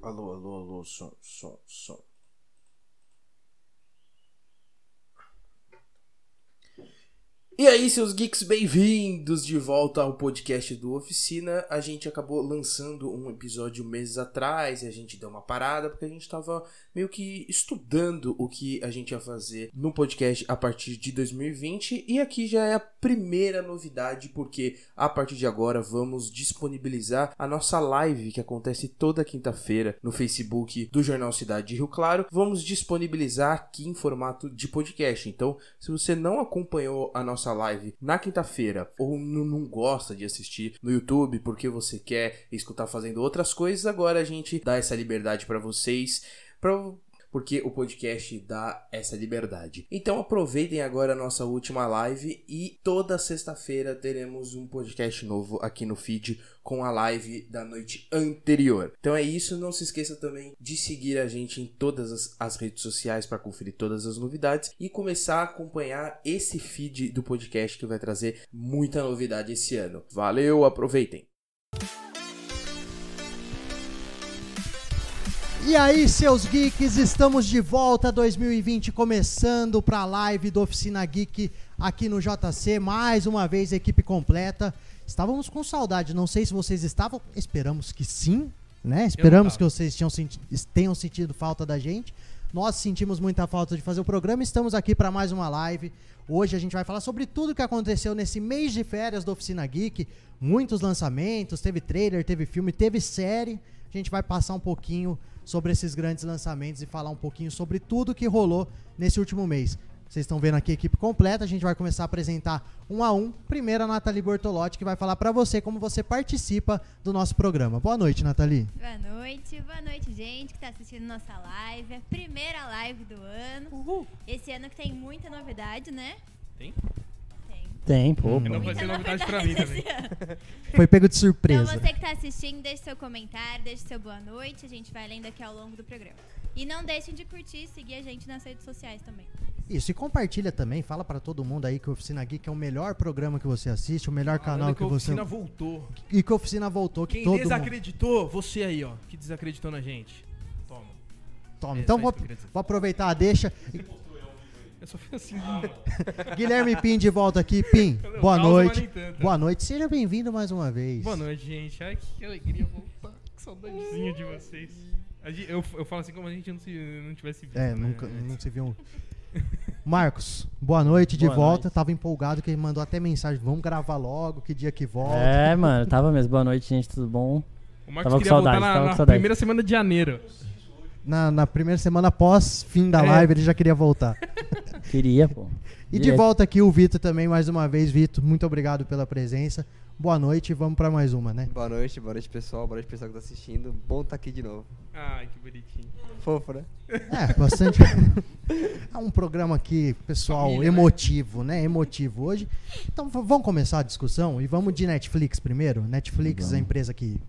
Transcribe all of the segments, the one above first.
Alô, alô, alô, som, som, som. E aí, seus geeks, bem-vindos de volta ao podcast do Oficina. A gente acabou lançando um episódio meses atrás e a gente deu uma parada porque a gente estava meio que estudando o que a gente ia fazer no podcast a partir de 2020 e aqui já é a primeira novidade porque a partir de agora vamos disponibilizar a nossa live que acontece toda quinta-feira no Facebook do Jornal Cidade de Rio Claro. Vamos disponibilizar aqui em formato de podcast. Então, se você não acompanhou a nossa live na quinta-feira ou n- não gosta de assistir no YouTube porque você quer escutar fazendo outras coisas, agora a gente dá essa liberdade para vocês. Pra, porque o podcast dá essa liberdade. Então aproveitem agora a nossa última live e toda sexta-feira teremos um podcast novo aqui no feed com a live da noite anterior. Então é isso, não se esqueça também de seguir a gente em todas as, as redes sociais para conferir todas as novidades e começar a acompanhar esse feed do podcast que vai trazer muita novidade esse ano. Valeu, aproveitem. E aí, seus geeks, estamos de volta 2020 começando para a live do Oficina Geek aqui no JC, mais uma vez equipe completa. Estávamos com saudade, não sei se vocês estavam, esperamos que sim, né? Esperamos que vocês tinham senti- tenham sentido falta da gente. Nós sentimos muita falta de fazer o programa, estamos aqui para mais uma live. Hoje a gente vai falar sobre tudo o que aconteceu nesse mês de férias do Oficina Geek, muitos lançamentos, teve trailer, teve filme, teve série. A gente vai passar um pouquinho sobre esses grandes lançamentos e falar um pouquinho sobre tudo que rolou nesse último mês. Vocês estão vendo aqui a equipe completa, a gente vai começar a apresentar um a um. Primeiro a Nathalie Bortolotti, que vai falar para você como você participa do nosso programa. Boa noite, Nathalie. Boa noite, boa noite, gente que tá assistindo nossa live. A primeira live do ano. Esse ano que tem muita novidade, né? Tem? Tem. Tem, pô. Eu não vai ter novidade pra mim também. Foi pego de Então surpresa. você que tá assistindo, deixe seu comentário, deixe seu boa noite. A gente vai lendo aqui ao longo do programa. E não deixem de curtir e seguir a gente nas redes sociais também. Isso, e compartilha também, fala para todo mundo aí que o Oficina Geek é o melhor programa que você assiste, o melhor canal Olha que, a você... oficina voltou. E que a Oficina voltou, que Quem todo mundo... desacreditou, você aí, ó. Que desacreditou na gente. Toma. Toma, É, então só vou, isso que eu queria dizer. vou aproveitar a deixa. Eu só fiz assim. Guilherme Pim de volta aqui. Pim, Não, boa causa, noite. mas nem tanto. Boa noite, seja bem-vindo mais uma vez. Boa noite, gente. Ai, que alegria voltar. Que saudadezinha de vocês. A gente- Eu, eu falo assim como a gente não, se, não tivesse visto. É, né? nunca, não se viu. um- Marcos, boa noite de Boa volta. noite. Tava empolgado que ele mandou até mensagem. Vamos gravar logo, que dia que volta. É, mano, tava mesmo. Boa noite, gente, tudo bom? O Marcos Tava com queria saudade, voltar tava na, com na saudade. primeira semana de janeiro. Na, na primeira semana após fim da É. live, ele já queria voltar. Queria, pô. E é. de Direto. volta aqui o Vitor também, mais uma vez. Vitor, muito obrigado pela presença. Boa noite, vamos pra mais uma, né? Boa noite, boa noite pessoal, boa noite pessoal que tá assistindo. Bom tá aqui de novo. Ai, que bonitinho. Fofo, né? É, bastante. é um programa aqui, pessoal, Família, né? emotivo, né? Emotivo hoje. Então v- vamos começar a discussão e vamos de Netflix primeiro. Netflix é a empresa que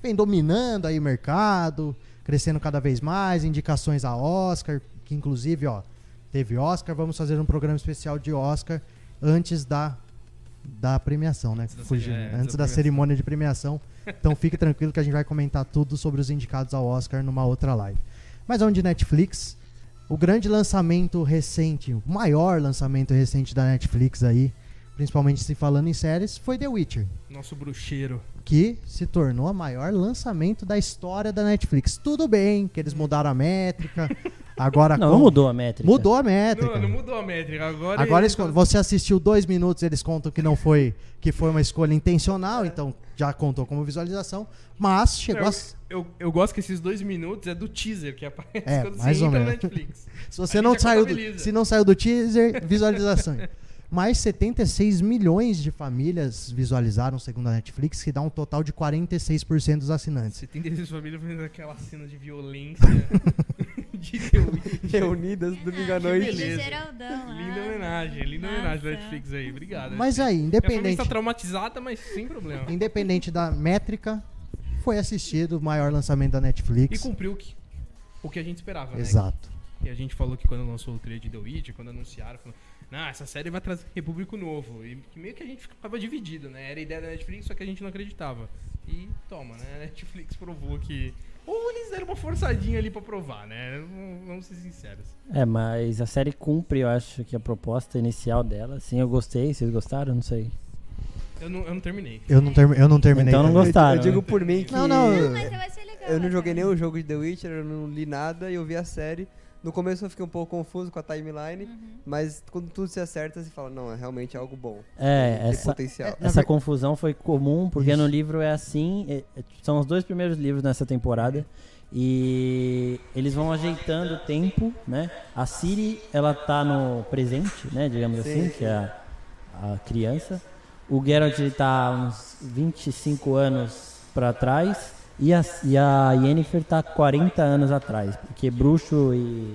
vem dominando aí o mercado, crescendo cada vez mais, indicações a Oscar, que inclusive, ó, teve Oscar, vamos fazer um programa especial de Oscar antes da da premiação, né? Antes da Fugindo, cerimônia, antes da premiação. cerimônia de premiação. Então fique tranquilo que a gente vai comentar tudo sobre os indicados ao Oscar numa outra live. Mas vamos de Netflix. O grande lançamento recente, o maior lançamento recente da Netflix aí, principalmente se falando em séries, foi The Witcher, Nosso bruxeiro. que se tornou o maior lançamento da história da Netflix. Tudo bem que eles mudaram a métrica, agora Não, com- não mudou a métrica. Mudou a Não, métrica. não mudou a métrica. Agora, É, Agora ele- tá- eles, você assistiu dois minutos, eles contam que não foi que foi uma escolha É. intencional, então já contou como visualização, mas chegou a, se Eu, eu gosto que esses dois minutos é do teaser que aparece É, quando mais você ou entra na menos. Netflix. você Aí não já saiu do, contabiliza. se não saiu do teaser, visualização. Mais 76 milhões de famílias visualizaram, segundo a Netflix, que dá um total de 46% dos assinantes. Você tem desses famílias fazendo aquela cena de violência de The Witcher. Reunidas domingo à noite. beleza. Ah, Geraldão. lá. Linda homenagem, linda Nossa. homenagem da Netflix aí, obrigado. Mas Netflix. aí, Minha família está independente, traumatizada, mas sem problema. independente da métrica, foi assistido o maior lançamento da E Netflix. cumpriu o que, o que a gente esperava, né? Exato. E a gente falou que quando lançou o trailer de The Witcher, quando anunciaram, falou, não, essa série vai trazer público novo. E que meio que a gente ficava dividido, né? Era a ideia da Netflix, só que a gente não acreditava. E toma, né? A Netflix provou que. Ou eles eles deram uma forçadinha ali pra provar, né? Vamos vamos ser sinceros. É, mas a série cumpre, eu acho, que a proposta inicial dela. Sim, eu gostei. Vocês gostaram? Não sei. Eu não, eu não terminei. Eu não, termi- eu não terminei. Então não também. gostei. Gostaram, Eu digo né? por mim que. Não, não, Não, mas eu achei legal. Eu não joguei cara. nenhum jogo de The Witcher, eu não li nada, eu vi a série. No começo eu fiquei um pouco confuso com a timeline, mas quando tudo se acerta, você fala, não, é realmente algo bom. É, tem essa, potencial. Na Essa ver- confusão foi comum, porque Isso. no livro é assim. é- é- são os dois primeiros livros nessa temporada. E eles vão ajeitando o tempo, né? A Siri, ela tá no presente, né? Digamos assim, que é a, a criança. O Geralt, ele tá uns 25 anos pra trás. E a, e a Yennefer tá 40 anos atrás. Porque bruxo e...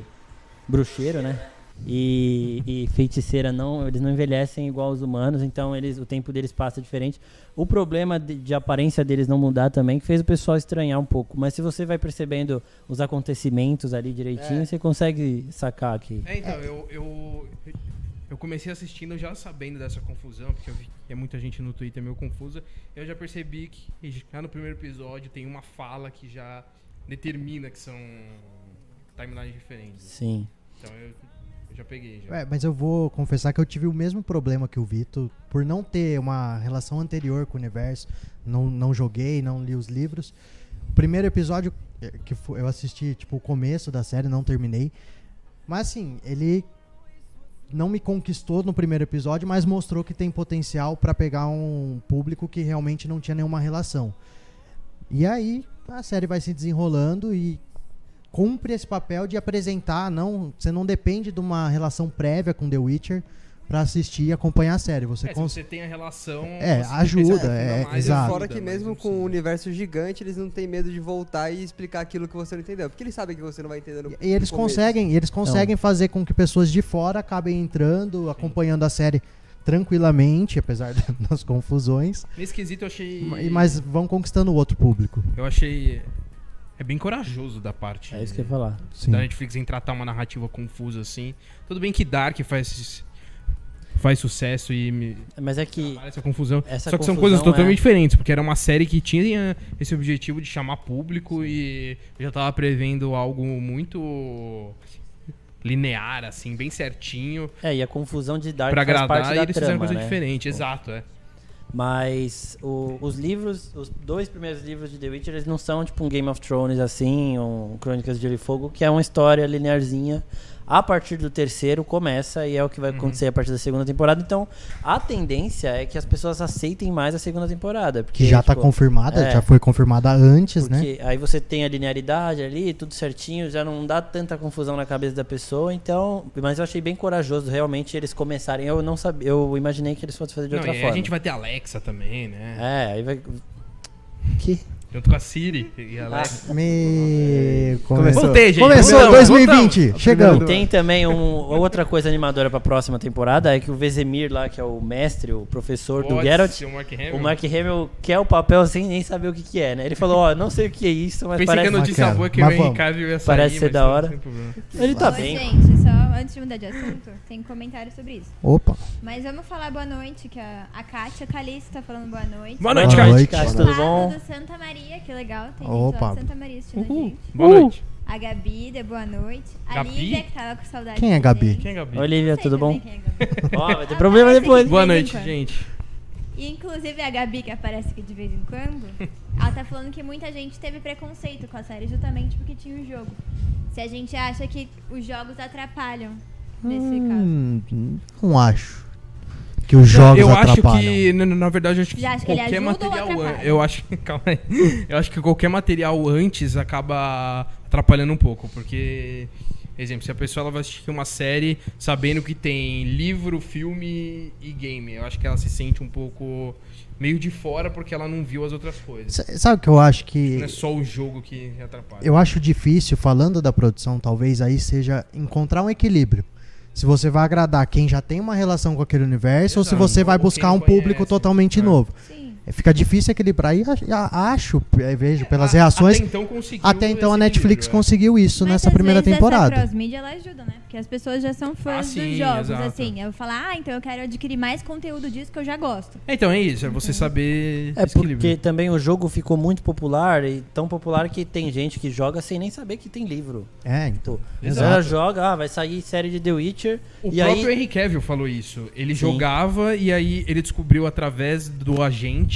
Bruxeiro, né? E, e feiticeira não, eles não envelhecem igual os humanos, então eles, o tempo deles passa diferente. O problema de, de aparência deles não mudar também que fez o pessoal estranhar um pouco, mas se você vai percebendo os acontecimentos ali direitinho, você consegue sacar que É, então, eu, eu, eu comecei assistindo já sabendo dessa confusão, porque eu vi que é muita gente no Twitter meio confusa. Eu já percebi que já no primeiro episódio tem uma fala que já determina que são timelines diferentes. sim. Então eu, eu já peguei já. É, mas eu vou confessar que eu tive o mesmo problema que o Vitor, por não ter uma relação anterior com o universo, não, não joguei, não li os livros. O primeiro episódio eh, que fo- eu assisti, tipo, o começo da série, não terminei. Mas assim, ele não me conquistou no primeiro episódio, mas mostrou que tem potencial pra pegar um público que realmente não tinha nenhuma relação. E aí a série vai se desenrolando e cumpre esse papel de apresentar, não, você não depende de uma relação prévia com The Witcher pra assistir e acompanhar a série. Você É, se cons- você tem a relação. É, você ajuda, percebe que é, ainda mais exato. ajuda, Fora que mas mesmo não com o precisa. universo gigante, eles não têm medo de voltar e explicar aquilo que você não entendeu. Porque eles sabem que você não vai entender no E eles no começo. conseguem, e eles conseguem fazer com que pessoas de fora acabem entrando, acompanhando a série tranquilamente, apesar das confusões, Nesse quesito eu achei. e- mas vão conquistando outro público. Eu achei. É bem corajoso da parte. É isso que eu ia falar. Sim. da Netflix em tratar uma narrativa confusa assim. Tudo bem que Dark faz faz sucesso e me Mas é que parece a confusão. Essa Só que são confusão coisas é- totalmente diferentes, porque era uma série que tinha eh, esse objetivo de chamar público e eu já tava prevendo algo muito linear assim, bem certinho é, e a confusão de Dark pra faz parte agradar e da eles fizeram trama, coisa né? diferente, exato, é. Mas o- os livros, os dois primeiros livros de The Witcher, eles não são tipo um Game of Thrones assim, um Crônicas de Gelo e Fogo, que é uma história linearzinha. A partir do terceiro começa e é o que vai Uhum. acontecer a partir da segunda temporada. Então, a tendência é que as pessoas aceitem mais a segunda temporada. Porque, Que já tá tipo, confirmada, é. já foi confirmada antes, né? porque aí você tem a linearidade ali, tudo certinho, já não dá tanta confusão na cabeça da pessoa, então. Mas eu achei bem corajoso realmente eles começarem. Eu não sabia, eu imaginei que eles fossem fazer de Não, outra e forma. a gente vai ter Alexa também, né? É, aí vai. Que? Junto com a Siri e Ah, a Alexa. Me... Começou, Voltei, gente. Começou Voltamos, 2020, chegamos. E tem também um- outra coisa animadora pra próxima temporada, é que o Vezemir lá, que é o mestre, o professor do Pode Geralt, ser o Mark Hamill. o Mark Hamill quer o papel sem nem saber o que que é, né? Ele falou, ó, não sei o que é isso, mas Pensei parece... que a notícia Bacana, boa é que o mas Henry vamos. Cavill ia sair, Parece ser mas da tá hora. sem problema. Ele tá Ô, bem. Gente, só antes de mudar de assunto, tem comentário sobre isso. Opa, Mas vamos falar boa noite, que a, a Kátia Calice tá falando boa noite. Boa Boa noite, Kátia. noite. Kátia, Gustavo tudo bom? do Santa Maria, que legal. Tem gente Opa. lá de Santa Maria assistindo a gente. Boa noite. A Gabi, deu boa noite. A Gabi? Lívia, que tava com saudade Quem é de Gabi? gente. Quem é Gabi? Olivia, Sei tudo também bom? quem é Gabi. Ó, vai ter Ah, problema parece que depois. de Boa vez em noite, quando. gente. E, inclusive a Gabi, que aparece aqui de vez em quando, ela tá falando que muita gente teve preconceito com a série justamente porque tinha o jogo. Se a gente acha que os jogos atrapalham nesse caso. Hum, não acho que os jogos eu acho atrapalham. que, é na, na verdade, eu acho que Já acha que ele qualquer ajuda ou material, an- atrapalha? eu acho que, calma aí. eu acho que qualquer material antes acaba atrapalhando um pouco, porque, exemplo, se a pessoa ela vai assistir uma série sabendo que tem livro, filme e game, eu acho que ela se sente um pouco meio de fora porque ela não viu as outras coisas. S- Sabe o que eu acho que... Não é só o jogo que atrapalha. Eu acho difícil, falando da produção, talvez aí seja encontrar um equilíbrio. Se você vai agradar quem já tem uma relação com aquele universo ou se Exato. você vai Ou quem buscar não um público conhece. totalmente É. novo. Sim. Fica difícil equilibrar e a- a- acho, é, vejo pelas A- reações, Até então, conseguiu até então a esse Netflix equilíbrio, conseguiu isso Mas, nessa às primeira vezes, é temporada. Essa cross-mídia ela ajuda, né? Porque as pessoas já são fãs Ah, dos sim, jogos, exato. assim. Eu falar, ah, então eu quero adquirir mais conteúdo disso que eu já gosto. é. Então é isso, é você saber É esse equilíbrio. porque também o jogo ficou muito popular e tão popular que tem gente que joga sem nem saber que tem livro. É, Então, Exato. Ela joga, ah, vai sair série de The Witcher. O e próprio aí, Henry Cavill falou isso. Ele Sim. jogava e aí ele descobriu através do agente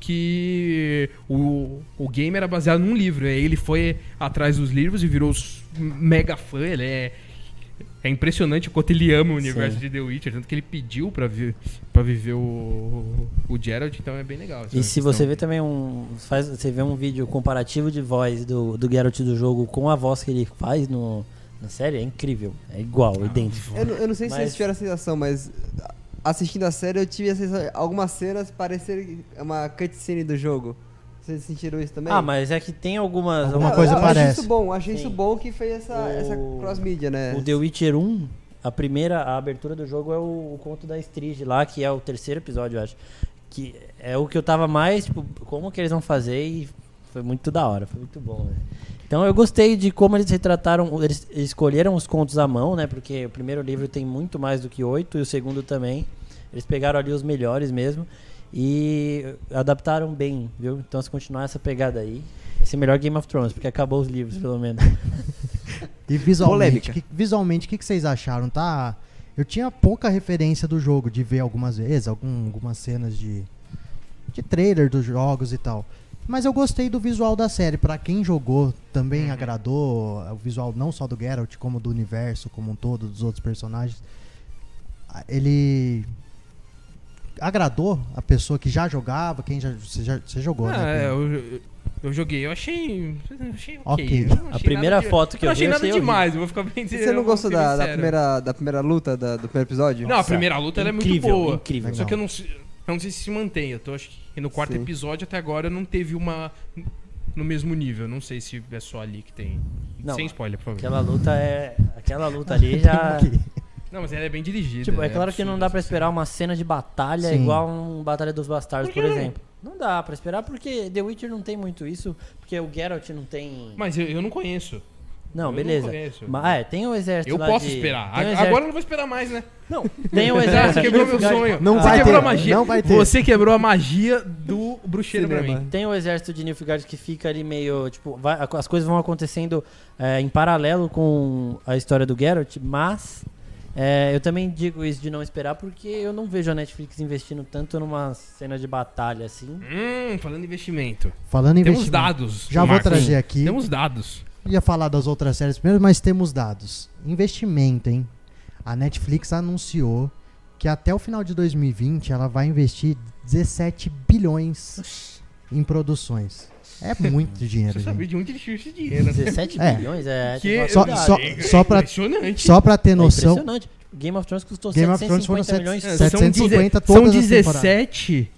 que o, o game era baseado num livro. E aí ele foi atrás dos livros e virou s- mega fã. Ele é, é impressionante o quanto ele ama o universo Sim. de The Witcher. Tanto que ele pediu pra, vi, pra viver o, o Geralt, então é bem legal. essa E se você então. questão. vê também um. Faz, você vê um vídeo comparativo de voz do, do Geralt do jogo com a voz que ele faz no, na série, é incrível. É igual, Ah, idêntico. Eu, não- eu não sei se Mas- vocês tiveram a sensação, mas a- assistindo a série eu tive a sensação. Algumas cenas parecerem uma cutscene do jogo. Vocês sentiram isso também? Ah, mas é que tem Alguma algumas. Eu- algumas- coisa eu, Achei parece. isso bom, achei isso Sim. bom que fez essa, O- essa cross-mídia, né? O The Witcher 1, a primeira, a abertura do jogo é o, o conto da Strige lá, que é o terceiro episódio, eu acho. Que é o que eu tava mais, tipo, como que eles vão fazer e foi muito da hora, foi muito bom, né? Então eu gostei de como eles retrataram, eles escolheram os contos à mão, né? Porque o primeiro livro tem muito mais do que oito e o segundo também. Eles pegaram ali os melhores mesmo e adaptaram bem, viu? Então se continuar essa pegada aí, vai ser melhor Game of Thrones, porque acabou os livros, pelo menos. E visualmente, Polêmica. que, visualmente, o que, que vocês acharam? Tá? Eu tinha pouca referência do jogo, de ver algumas vezes, algum- algumas cenas de, de trailer dos jogos e tal. Mas eu gostei do visual da série. Pra quem jogou, Uhum. também agradou o visual não só do Geralt, como do universo, como um todo, dos outros personagens. Ah, Ele agradou a pessoa que já jogava, quem já você, já- você jogou, Ah, né? é, Pedro? eu, eu joguei, eu achei. achei ok. Ok. Eu não achei A primeira nada de- foto que eu eu não achei vi, eu nada achei demais, eu vou ficar bem Você não eu vou gostou ser da, da sincero. primeira, da primeira luta da- do primeiro episódio? Não, a primeira luta ela é muito incrível, boa. Incrível, Legal. Só que eu não, se- eu não sei se se mantém. Eu tô acho que no quarto Sim. episódio até agora não teve uma no mesmo nível. Não sei se é só ali que tem. Não, Sem spoiler, por favor. Aquela luta é. Aquela luta ali já. Não, mas ela é bem dirigida. Tipo, é claro que não dá pra esperar uma cena de batalha Sim. igual um Batalha dos Bastardos, Por que por, não? exemplo. Não dá pra esperar porque The Witcher não tem muito isso, porque o Geralt não tem. Mas eu, eu não conheço. eu não, não beleza. conheço. Mas é, tem o exército Eu lá posso de- esperar. Tem o A- exército- Agora eu não vou esperar mais, né? Não, tem o Exato, exército. você quebrou meu sonho. Não você vai quebrou ter, a magia. não vai ter. Você quebrou a magia do bruxeiro pra Cinema. mim. Tem o exército de Nilfgaard que fica ali meio, tipo, vai- a- as coisas vão acontecendo é, em paralelo com a história do Geralt, mas é, eu também digo isso de não esperar porque eu não vejo a Netflix investindo tanto numa cena de batalha assim. Hum, falando em investimento. Falando em Temos investimento, dados. Já vou Marcos. trazer aqui. Temos dados. ia falar das outras séries primeiro, mas temos dados. Investimento, hein? A Netflix anunciou que até o final de 2020 ela vai investir 17 bilhões em produções. É muito dinheiro, Você sabia gente. de onde ele tirou esse dinheiro, né? 17 É. bilhões é. Que- tem Só, novidade. só, É só, pra, Impressionante. só pra ter noção, impressionante. Game of Thrones custou Game of 750 Thrones foram milhões. É, 750 são, todas as deze- são 17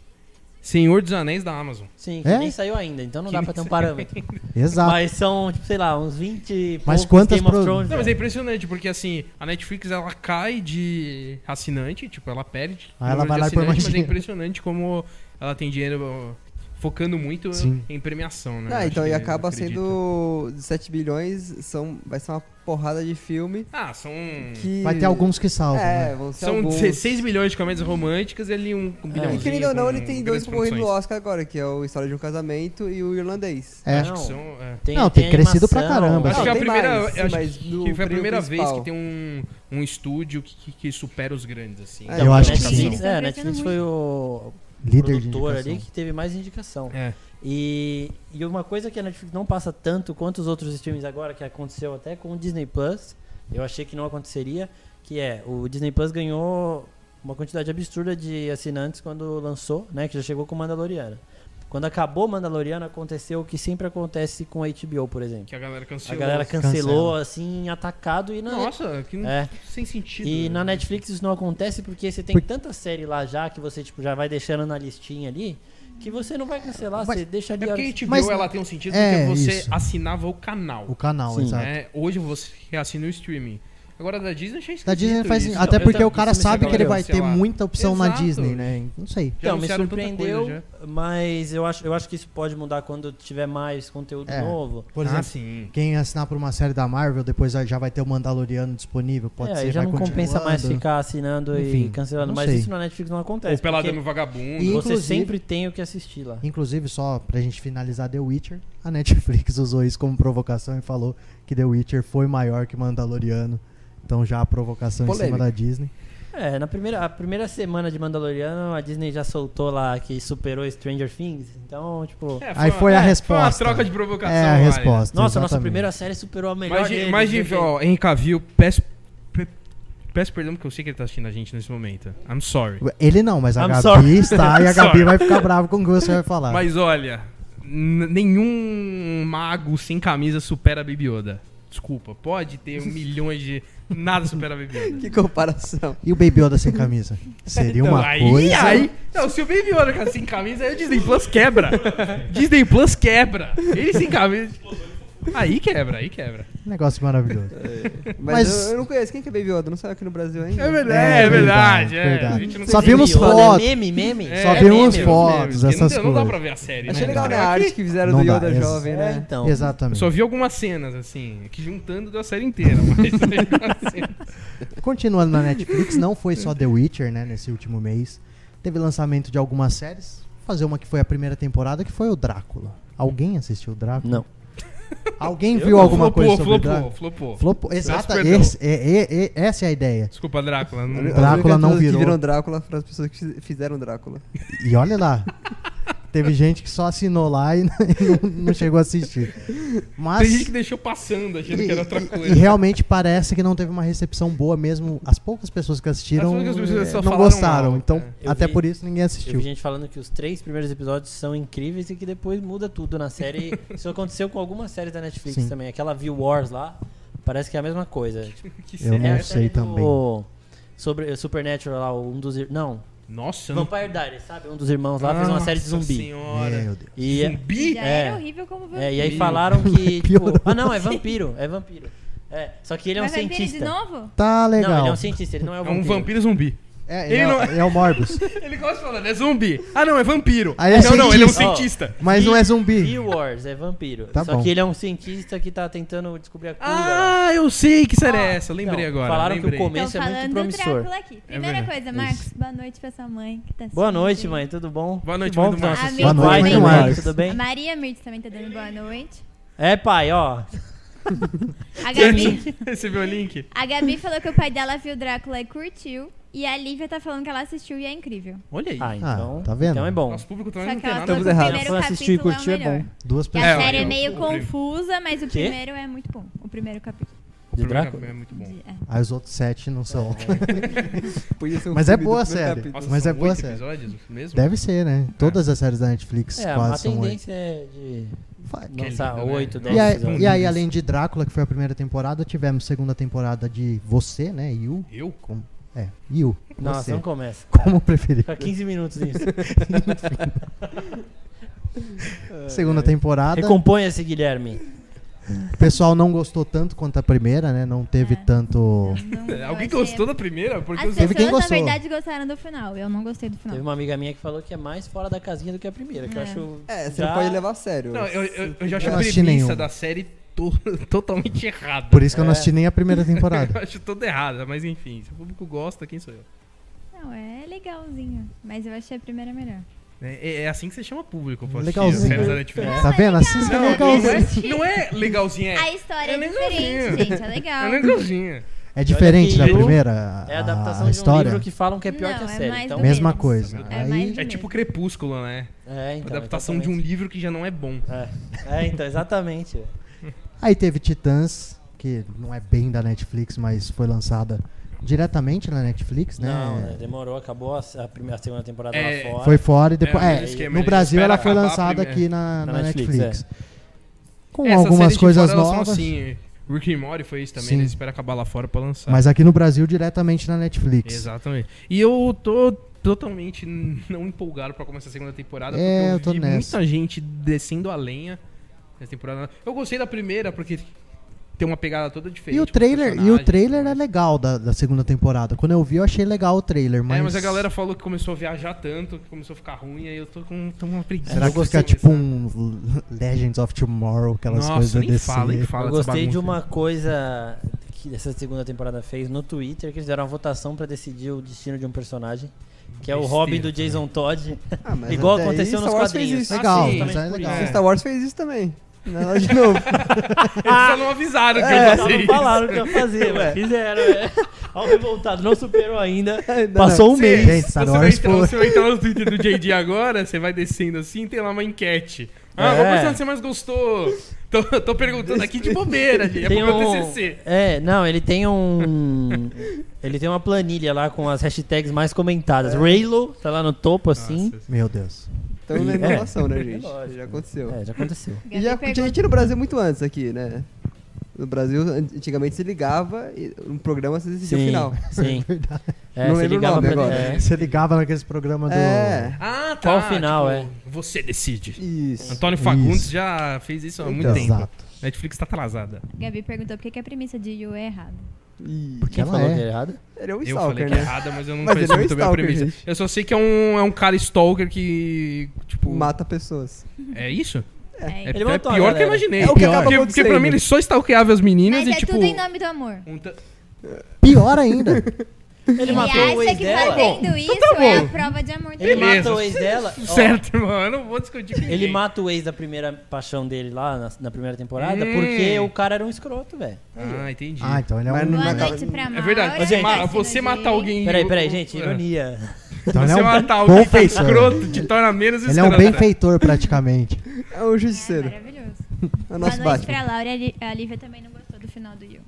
Senhor dos Anéis da Amazon. Sim, que É? nem saiu ainda, então não Que dá nem pra ter um saiu parâmetro. exato. Mas são, tipo, sei lá, uns 20 e Mas poucos quantas Game of pro- Thrones. Não, mas é velho. impressionante, porque assim, a Netflix ela cai de assinante, tipo, ela perde. Aí Ah, ela número vai de lá e põe assinante, mais Mas é dinheiro. impressionante como ela tem dinheiro ó, focando muito uh, Sim. em premiação, né? Ah, Acho então e que acaba acredito. sendo 7 bilhões, são, vai ser uma porrada de filme Ah, são. que... Vai ter alguns que salvam. É, né? vão ser São alguns. É. 16 milhões de comédias românticas e ali um bilhãozinho E querendo ou não, com ele tem dois grandes concorrendo no produções. Oscar agora, que é o História de um Casamento e o Irlandês. É. Acho que são. é. Não, tem crescido pra animação, caramba. né? Acho que é a tem primeira, mais, eu acho mas que no foi a trio primeira vez principal. que tem um, um estúdio que, que- que supera os grandes, assim. Eu acho que sim. Netflix, É, Tá a Netflix crescendo foi o Líder de produtor indicação. ali que teve mais indicação. É. E, e uma coisa que a Netflix não passa tanto quanto os outros streams agora, que aconteceu até com o Disney Plus, eu achei que não aconteceria, que é o Disney Plus ganhou uma quantidade absurda de assinantes quando lançou, né? Que já chegou com Mandaloriana. Quando acabou Mandaloriana, aconteceu o que sempre acontece com a HBO, por exemplo. Que a galera A cancelou. galera cancelou, Cancela. assim, atacado e na Nossa, que não- É. sem sentido. né? E na Netflix isso não acontece porque você tem Por- tanta série lá já que você tipo, já vai deixando na listinha ali que você não vai cancelar, Mas- você deixa ali. É a porque a lista. HBO Mas- ela tem um sentido É, porque você isso. assinava o canal. O canal, É Sim. exato. né? Hoje você assina o streaming. Agora da Disney achei esquisito Da Disney Tá faz isso. Até Então, porque então, o cara isso me sabe que ele chateou, vai sei ter lá. muita opção na Exato. Disney, né? Não sei. Já Então, me anunciaram tanta coisa, já. surpreendeu, mas eu acho, eu acho que isso pode mudar quando tiver mais conteúdo É. novo. Por exemplo, ah, sim. quem assinar por uma série da Marvel, depois já vai ter o Mandaloriano disponível, pode é, ser. aí já vai não compensa mais continuando. ficar assinando Enfim, e cancelando. não Mas sei. isso na Netflix não acontece. Ou Peladão porque no é Vagabundo. É, E- Você Inclusive- sempre tem o que assistir lá. Inclusive, só pra gente finalizar The Witcher, a Netflix usou isso como provocação e falou que The Witcher foi maior que Mandaloriano. Então já a provocação em Polêmica. cima da Disney. É, na primeira, a primeira semana de Mandaloriano, a Disney já soltou lá que superou Stranger Things. Então, tipo. É, Aí foi a resposta. Foi uma troca de provocação. é a válida. resposta. Nossa, a nossa exatamente. primeira série superou a melhor. Mas, de, deles, mas de, enfim. ó, Henry Cavill, peço, pe- peço perdão porque eu sei que ele tá assistindo a gente nesse momento. I'm sorry. Ele não, mas a I'm Gabi sorry. está e a I'm Gabi sorry. vai ficar brava com o que você vai falar. Mas olha, n- nenhum mago sem camisa supera a Baby Yoda. Desculpa, pode ter milhões de... Nada supera a Baby Yoda. Que comparação. E o Baby Yoda sem camisa? Seria Então, uma aí, coisa. Aí, não, se o Baby Yoda ficar sem camisa, aí o Disney Plus quebra. Disney Plus quebra. Ele sem camisa. Aí quebra, aí quebra. Um negócio maravilhoso. Mas, Mas- Eu, eu não conheço. Quem que é Baby Yoda? Não saiu aqui no Brasil ainda. verdade, é verdade, é. verdade. Só Meme, vimos olha, fotos. Meme, meme. Só É, vi meme, uns meme. fotos. essas não, dá- Não dá coisas. pra ver a série, Achei né? legal né, cara? a arte que fizeram Não do dá, Yoda ex- jovem, É, né? então. Exatamente. Só vi algumas cenas, assim, que juntando da série inteira, mas algumas cenas. Continuando na Netflix, não foi só The Witcher, né, nesse último mês. Teve lançamento de algumas séries. Vou fazer uma que foi a primeira temporada, que foi o Drácula. Alguém assistiu o Drácula? Não. Alguém viu alguma Flopou, coisa sobre o flopou, Drácula? flopou. Flopou. Peço Exata, perdão. esse- é- é- é- essa é a ideia. Desculpa, Drácula. As não- únicas Drácula não pessoas virou. Que viram Drácula foram as pessoas que fiz- fizeram Drácula. E olha lá. Teve gente que só assinou lá e não, não chegou a assistir. Mas Tem gente que deixou passando, achando que era outra e coisa. realmente parece que não teve uma recepção boa mesmo. As poucas pessoas que assistiram As poucas pessoas só não falaram gostaram. mal, então, é. Eu até vi- por isso ninguém Eu assistiu. vi gente falando que os três primeiros episódios são incríveis e que depois muda tudo na série. Isso aconteceu com algumas séries da Netflix Sim. também. Aquela View Wars lá, parece que é a mesma coisa. Tipo, Que Eu não é a sério. sei série do- também. Sobre o Supernatural lá, um dos... ir- Não, Nossa, Então- eu não... Vampire Diaries, sabe? Um dos irmãos lá fez Ah, uma Nossa série de zumbi. um Senhora. Meu Deus. E, Zumbi? Já É. era horrível como vampiro. é, e aí falaram que... tipo, Piorou. ah, não, é vampiro, é vampiro. É, só que ele é um Mas vampiro cientista. de novo? Tá legal. Não, ele é um cientista, ele não é um É vampiro. um vampiro zumbi. É, Ele é, não- é o Morbius. Ele gosta falando, é zumbi. Ah, não, é vampiro. Aí é não, não, ele é um cientista. cientista. Mas não é zumbi. View Wars, é vampiro. Tá só bom. que ele é um cientista que tá tentando descobrir a cura. lá. Ah, eu sei que série Ah, é essa. Lembrei então, agora. falaram que o lembrei. começo- Estão Esse é muito falando do promissor. Drácula aqui. Primeira É verdade. coisa, Marcos, boa noite pra sua mãe que tá assistindo. Boa noite, aí. mãe. Tudo bom? Boa noite, Que bom mãe do que tá Marcos. assistindo. Boa noite, Pai mãe também, do Marcos. Tudo A bem? Maria Mirtz também tá dando boa noite. É, pai, ó. A é Gabi, Você viu o link? a Gabi falou que o pai dela viu Drácula e curtiu. E a Lívia tá falando que ela assistiu e é incrível. Olha aí. Ah, então. tá vendo? Então é bom. Nosso público Só também não que tem ela nada. falou que o errado. primeiro Só assistir e capítulo é o curtir é melhor. bom. Duas Que pessoas. a É, série é ó, meio o primeiro. confusa, mas o Quê? primeiro é muito bom. O primeiro capítulo. O De primeiro Drácula? É muito bom. de- é. Aí Ah, os outros sete não são. Podia ser um Mas é filme do boa a primeiro série. capítulo. Mas são é boa oito série. episódios mesmo? Deve ser, né? Todas as séries da Netflix É, a quase são oito. tendência é de Fa- Que lançar lindo, né? 8, E 10 E aí, episódios. e aí, além de Drácula, que foi a primeira temporada, tivemos segunda temporada de Você, né? You. Eu? Com... É, You. Nossa, Você. Tá não começa. Como preferir. Fica 15 minutos nisso. Segunda temporada. Recomponha-se, Guilherme. O pessoal não gostou tanto quanto a primeira, né? Não teve É. tanto. Não- não- É, Alguém eu achei- gostou da primeira? Porque As os Teve quem pessoas, na gostou. verdade, gostaram do final. Eu não gostei do final. Teve uma amiga minha que falou que é mais fora da casinha do que a primeira, que eu É. acho. É, você já- não pode levar a sério. Não, eu, eu, eu já acho Eu a não assisti premissa nenhuma. da série to- totalmente errada. Por isso que eu não É. assisti nem a primeira temporada. Eu acho toda errada, mas enfim, se o público gosta, quem sou eu? Não, é legalzinho. Mas eu achei a primeira melhor. É, é- é assim que você chama público, pô. Legalzinho. Séries da Netflix. tá vendo? Assista Não, é Não legalzinho. é, não é legalzinha, é. A história é é, legalzinho. diferente, gente. É legal. É legalzinha. É diferente que da You primeira? É a- a adaptação a de um Ah, história? livro que falam que é pior Não, que a é série. mais então, do mesmo. Mesma coisa. É Aí... mais- É tipo Crepúsculo, né? É, então, Adaptação de um livro que já não é bom. exatamente. É, é, então, exatamente. Aí teve Titãs, que não é bem da Netflix, mas foi lançada diretamente na Netflix, né? Não, né, demorou, acabou a, a primeira, a segunda temporada É, lá fora. Foi fora e depois. É, o É, mesmo esquema, no eles Brasil esperam ela foi acabar lançada primeiro. aqui na, Na na Netflix. Netflix, Com Essas séries algumas de coisas fora, elas novas. São assim, Rick and Morty foi isso também, né? Sim. eles esperam acabar lá fora pra lançar. Mas aqui no Brasil, diretamente na Netflix. Exatamente. E eu tô totalmente não empolgado pra começar a segunda temporada, É, porque eu, eu tô vi nessa. muita gente descendo a lenha nessa temporada. Eu gostei da primeira, porque tem uma pegada toda diferente. E o com trailer, e o personagem. né? trailer é legal da, da segunda temporada. Quando eu vi, eu achei legal o trailer, mas. É, mas a galera falou que começou a viajar tanto, que começou a ficar ruim, aí eu tô com tô com uma preguiça. Será de que fica começar. tipo um Legends of Tomorrow, aquelas Nossa, coisas nem desse. fala, nem fala Eu dessa gostei de bagunça. uma coisa que essa segunda temporada fez no Twitter, que eles deram uma votação pra decidir o destino de um personagem, que é o Besteira, Robin do Jason Todd. Ah, mas Igual até aí aconteceu nos Star Wars quadrinhos. Fez isso. Legal, Ah, sim, mas é por legal. isso. Star Wars fez isso também. Não, de novo. Eles só não avisaram que É, eu só fazia não isso. falaram o que eu fazia, mas fizeram. É. Ao revoltado, não superou ainda. Ainda Passou um Sim, mês. Gente, Star você, vai Wars entrar, foi- você vai entrar no Twitter do JD agora, você vai descendo assim, tem lá uma enquete. Ah, É. vou postar onde você mais gostou. Tô, tô perguntando aqui de bobeira, gente. É pro Tem meu um... TCC. É, não, ele tem um. ele tem uma planilha lá com as hashtags mais comentadas. Raylo tá lá no topo, assim. É. Nossa. Meu Deus. Então não É. é inovação, né, gente? lógico. Já aconteceu. É, já aconteceu. E Gabi já tinha pergunta- gente no Brasil muito antes aqui, né? No Brasil, an- antigamente se ligava e um programa se decidia o final. Sim. É, Não você lembro o ligava nome pra- agora. Tá, é. Você ligava naqueles programas do. É. Ah, tá. Qual o tipo, final, é? Você decide. Isso. Antônio Fagundes Isso. já fez isso há muito Então. tempo. Exato. Netflix tá atrasada. Gabi perguntou por que, que a premissa de Yu é errada. Ih, Porque Quem ela falou é. que era errado? Ele é um Eu falei stalker, que é né? errada, mas eu não Mas conheço ele é um muito bem a stalker, premissa. gente. Eu só sei que é um, é um cara stalker que, tipo... Mata pessoas. É isso? É, É, isso. Ele é matou a pior que eu galera. imaginei. É o que Pior. acaba porque, porque pra acontecendo. mim ele só stalkeava as meninas né? Mas e é tipo... tudo em nome do amor. um ta- Pior ainda. Ele, Ele matou o acha ex que dela. fazendo isso é a prova de amor Ele dele. Beleza. mata o ex dela. ó, Certo, irmão. Eu não vou discutir com Ele ninguém. mata o ex da primeira paixão dele lá na, na primeira temporada Hum. porque o cara era um escroto, velho. Ah, entendi. ah, então ele é Mas um. não Boa vai- noite pra Maura. é verdade. Você, ma- Cassino você matar Jane. alguém... Peraí, peraí, gente, É. ironia. Então ele você é um matar alguém que é confeitor. escroto te torna menos Ele é um escroto. benfeitor praticamente. É um É justiceiro. maravilhoso. É o Boa nosso noite Batman. pra Laura. A Li- A Lívia também não gostou do final do Yu.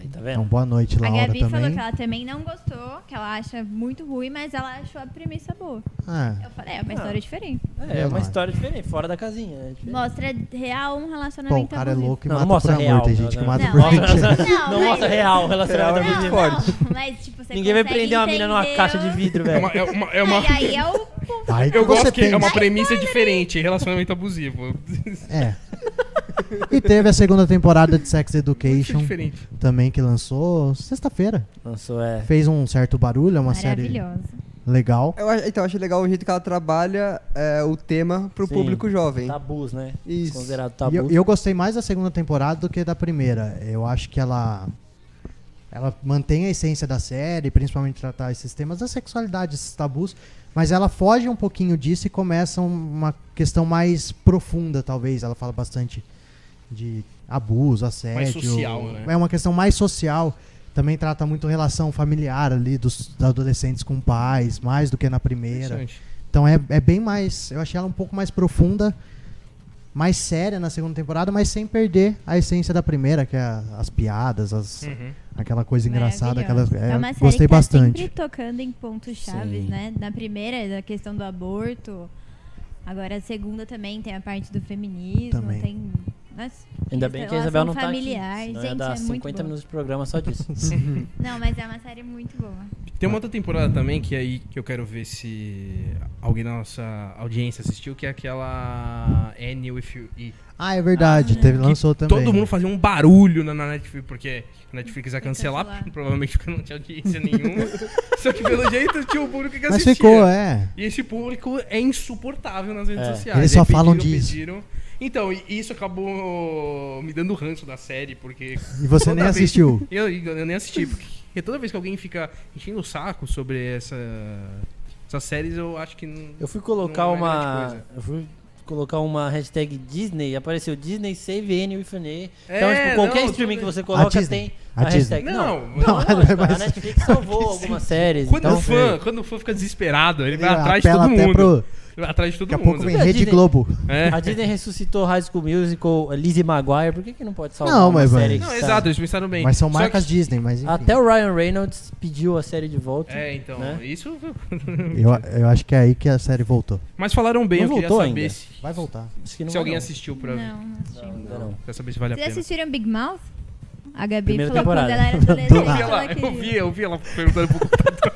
É. tá Então vendo? boa noite, A Laura Gabi falou também. que ela também não gostou, que ela acha muito ruim, mas ela achou a premissa boa. Ah, Eu falei, é uma Ah. história diferente. É, é uma Verdade. história diferente, fora da casinha. Né? Diferente. Mostra real um relacionamento bom, o cara é abusivo. louco e Não, não mata por mostra amor. real, Tem não, gente que não. mata Não, por mas- mentira. Não, Não mas- mostra real o Real é relacionamento abusivo. muito forte. Não, mas tipo, você Ninguém vai consegue prender uma mina numa entender caixa o- de vidro, É velho. uma... É uma, é uma- Aí, aí é o ponto. Vai Eu você gosto que tem. é uma premissa diferente, relacionamento abusivo. É. E teve a segunda temporada de Sex Education, diferente. também que lançou sexta-feira. Nossa, é. Fez um certo barulho, é uma série Maravilhoso. legal. Eu acho, então, eu acho legal o jeito que ela trabalha é, o tema pro Sim. público jovem. Tá Tabus, né? Isso. Considerado E eu, tabu. eu gostei mais da segunda temporada do que da primeira. Eu acho que ela ela mantém a essência da série, principalmente tratar esses temas da sexualidade, esses tabus, mas ela foge um pouquinho disso e começa um, uma questão mais profunda, talvez. Ela fala bastante de abuso, assédio. Mais social, né? É uma questão mais social. Também trata muito relação familiar ali dos, dos adolescentes com pais, mais do que na primeira. Interessante. Então é, é bem mais. Eu achei ela um pouco mais profunda, mais séria na segunda temporada, mas sem perder a essência da primeira, que é a- as piadas, as, Uhum. aquela coisa engraçada. Aquela, Maravilhosa. é, é uma série gostei que tá bastante. sempre tocando em pontos chaves, Sim. né? Na primeira, a questão do aborto. Agora a segunda também tem a parte do feminismo, Também. tem. Nossa, Ainda bem que a relação Isabel não tá aqui. familiar. senão ia Gente, dar é muito 50 boa. minutos de programa só disso. Não, mas é uma série muito boa. Tem uma outra temporada também que aí que eu quero ver se alguém da nossa audiência assistiu, que é aquela Annie with you. E. Ah, é verdade. teve, que lançou também. né? Todo mundo fazia um barulho na, na Netflix, porque a Netflix Vai ia cancelar, cancelar. provavelmente porque não tinha audiência nenhuma. Só que pelo jeito tinha o público que Mas assistia. ficou, é. E esse público é insuportável nas redes É, sociais. eles só Aí falam pediram, disso. pediram. Então, e isso acabou me dando ranço da série, porque E você Toda nem vez- assistiu. Eu, eu nem assisti, porque toda vez que alguém fica enchendo o saco sobre essa, essas séries, eu acho que não. Eu fui colocar Não é grande uma. coisa. Eu fui colocar uma hashtag Disney, apareceu Disney Save N with an E. É, Então, tipo, qualquer não, streaming que tudo você coloca Disney. tem A a, Disney. hashtag. Não, não, não, não, lógico, mas- a Netflix salvou algumas séries. Quando, então, o fã, quando o fã fica desesperado, ele vai Ele atrás de apela todo até mundo. pro- Ele vai atrás de todo Daqui a mundo. pouco vem Rede Disney. Globo. É. A Disney ressuscitou High School Musical, Lizzie Maguire, por que, que não pode salvar Não, uma mas- série? que Não, tá- exato, eles pensaram bem. Mas são Só marcas que- Disney, mas enfim. Até o Ryan Reynolds pediu a série de volta. É, então, Né? isso. eu, eu acho que é aí que a série voltou. Mas falaram bem, Não eu queria voltou saber ainda. se, Vai voltar. Acho que não se vai, alguém não. assistiu pra ver. Não, não assisti. Ainda não. Pra saber se vale a Vocês pena. assistiram Big Mouth? A Gabi Primeira falou temporada. quando ela era Eu adolescente, vi, ela ela, queria. eu, vi, eu vi ela perguntando pro computador.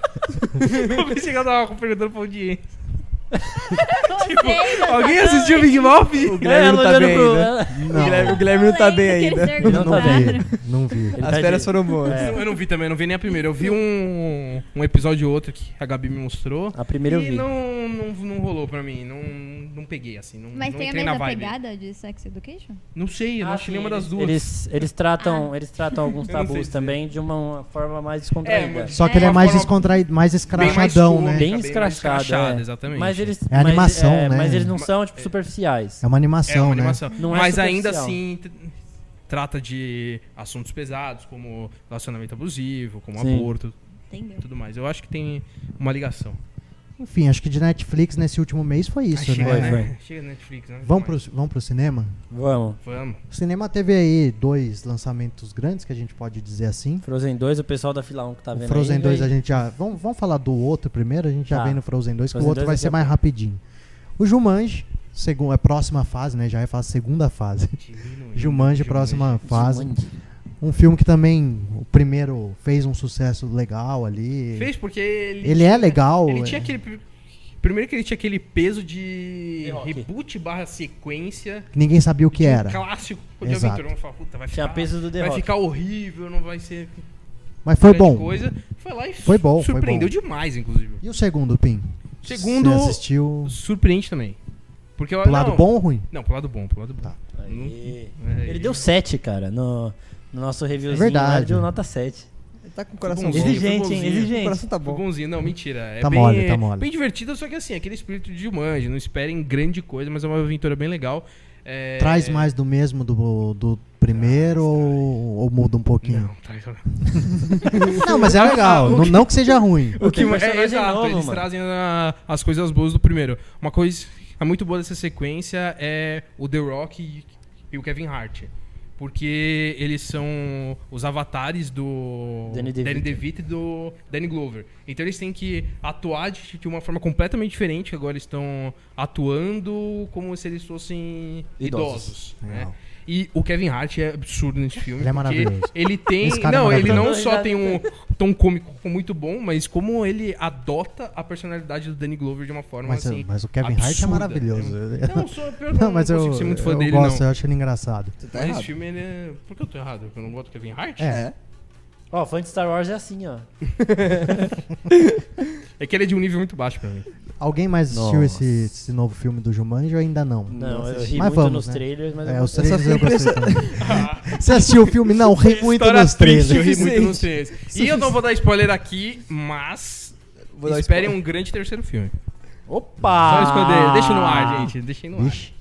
eu vi chegando ela perguntando pra audiência. Tipo, Gostei, meu Alguém Deus. assistiu Big Mouth? O É, Guilherme não tá bem né? ainda. O Guilherme, o Guilherme não tá bem lembro que eles dormiram ainda. Não tá bem. quatro. Não vi. Ele tá As férias de- foram boas. É. Eu não vi também, eu não vi nem a primeira. Eu vi um, um episódio ou outro que a Gabi me mostrou. A primeira eu e vi. não, não, não rolou pra mim. Não, não peguei, assim. Não, Mas não tem a entrei na mesma vibe. pegada de Sex Education? Não sei, eu não Ah, achei sim, nenhuma eles- das duas. Eles, eles tratam, eles tratam alguns Eu não sei tabus dizer. também de uma forma mais descontraída. mas- Só que ele é Uma mais forma descontraído, mais mais escrachadão, cômica, né? bem mais escrachado, escrachado, é. exatamente. Mas eles, É mas- animação, é, né? Mas eles não Ma- são tipo superficiais. É uma animação, É uma né? animação. Não é Mas ainda superficial. assim t- trata de assuntos pesados, como relacionamento abusivo, como Sim. aborto Entendeu? e tudo mais. Eu acho que tem uma ligação. Enfim, acho que de Netflix nesse último mês foi isso, Ah, chega, né? né? Foi, Chega na Netflix, né? Vamos pro, Mas- vamos pro cinema? Vamos. Vamos. O cinema teve aí dois lançamentos grandes, que a gente pode dizer assim. Frozen 2, o pessoal da fila 1 que tá o vendo Frozen ainda, 2 e- a gente já. Vamos, vamos falar do outro primeiro, a gente já Tá. vem no Frozen 2, que o Frozen é outro 2 vai daqui ser a mais pouco. rapidinho. O Jumanji, segundo, é próxima fase, né? Já é fase segunda fase. Jumanji, próxima fase. Jumanji. Um filme que também, o primeiro, fez um sucesso legal ali. Fez porque ele. Ele é legal. Ele é. tinha aquele. pri- Primeiro que ele tinha aquele peso de The É Rock. reboot barra sequência. Ninguém sabia o que de um era. Clássico de Exato. aventura. Vamos falar, puta, vai Tinha ficar. peso do The vai Rock. ficar horrível, não vai ser Mas foi grande bom. coisa. Foi lá e Foi bom, foi surpreendeu bom. demais, inclusive. E o segundo, Pim? Segundo, Você assistiu surpreende também. Porque eu, do lado não, bom ou ruim? Não, pro lado bom, pro lado bom. Tá. Aí. É, Ele deu 7, cara, no, no nosso reviewzinho. É Verdade. lá, Ele deu nota 7. Ele tá com o Foi coração bonzinho, bom. Exigente, foi hein? bonzinho. O Exigente. coração tá Foi bom. bonzinho, não, mentira. É Tá bem, mole, tá mole. bem divertido, só que assim, aquele espírito de Jumanji, não esperem grande coisa, mas é uma aventura bem legal. É- Traz mais do mesmo do, do primeiro ou, ou muda um pouquinho? Não, traz não. Não, mas é legal. não, não que seja ruim. O que Tem é, personagem exato, novo, eles mano. trazem a- as coisas boas do primeiro. Uma coisa muito boa dessa sequência é o The Rock e, e o Kevin Hart. Porque eles são os avatares do Danny DeVito. Danny DeVito e do Danny Glover. Então eles têm que atuar de, de uma forma completamente diferente. que Agora eles estão atuando como se eles fossem idosos. Idosos. né? Legal. E o Kevin Hart é absurdo nesse filme. Ele é porque maravilhoso. Ele tem. Esse cara é Não, ele não maravilhoso. só tem um tom cômico muito bom, mas como ele adota a personalidade do Danny Glover de uma forma Mas, assim. mas o Kevin Hart é absurda. maravilhoso. Eu não sou, pior que Não, mas não eu, consigo ser muito fã eu dele, gosto, não. eu acho ele engraçado. Você tá Mas esse errado. filme, ele é. Por que eu tô errado? Porque eu não gosto do Kevin Hart? É. É. Ó, fã de Star Wars é assim, ó. É que ele é de um nível muito baixo pra mim. Alguém mais assistiu Nossa. esse, esse novo filme do Jumanji ou ainda não? Não, eu assisti. ri Mas muito vamos, nos né? trailers, mas... É, eu os trailers só eu fiquei gostei também. Você assistiu o filme? Não, ri muito é História nos triste, eu trailers. ri muito Suficiente. nos trailers. E eu não vou dar spoiler aqui, mas. Vou dar esperem spoiler. um grande terceiro filme. Só Ah. Opa! Ah. esconder. Deixa no ar, gente. Deixa no ar. Vixe.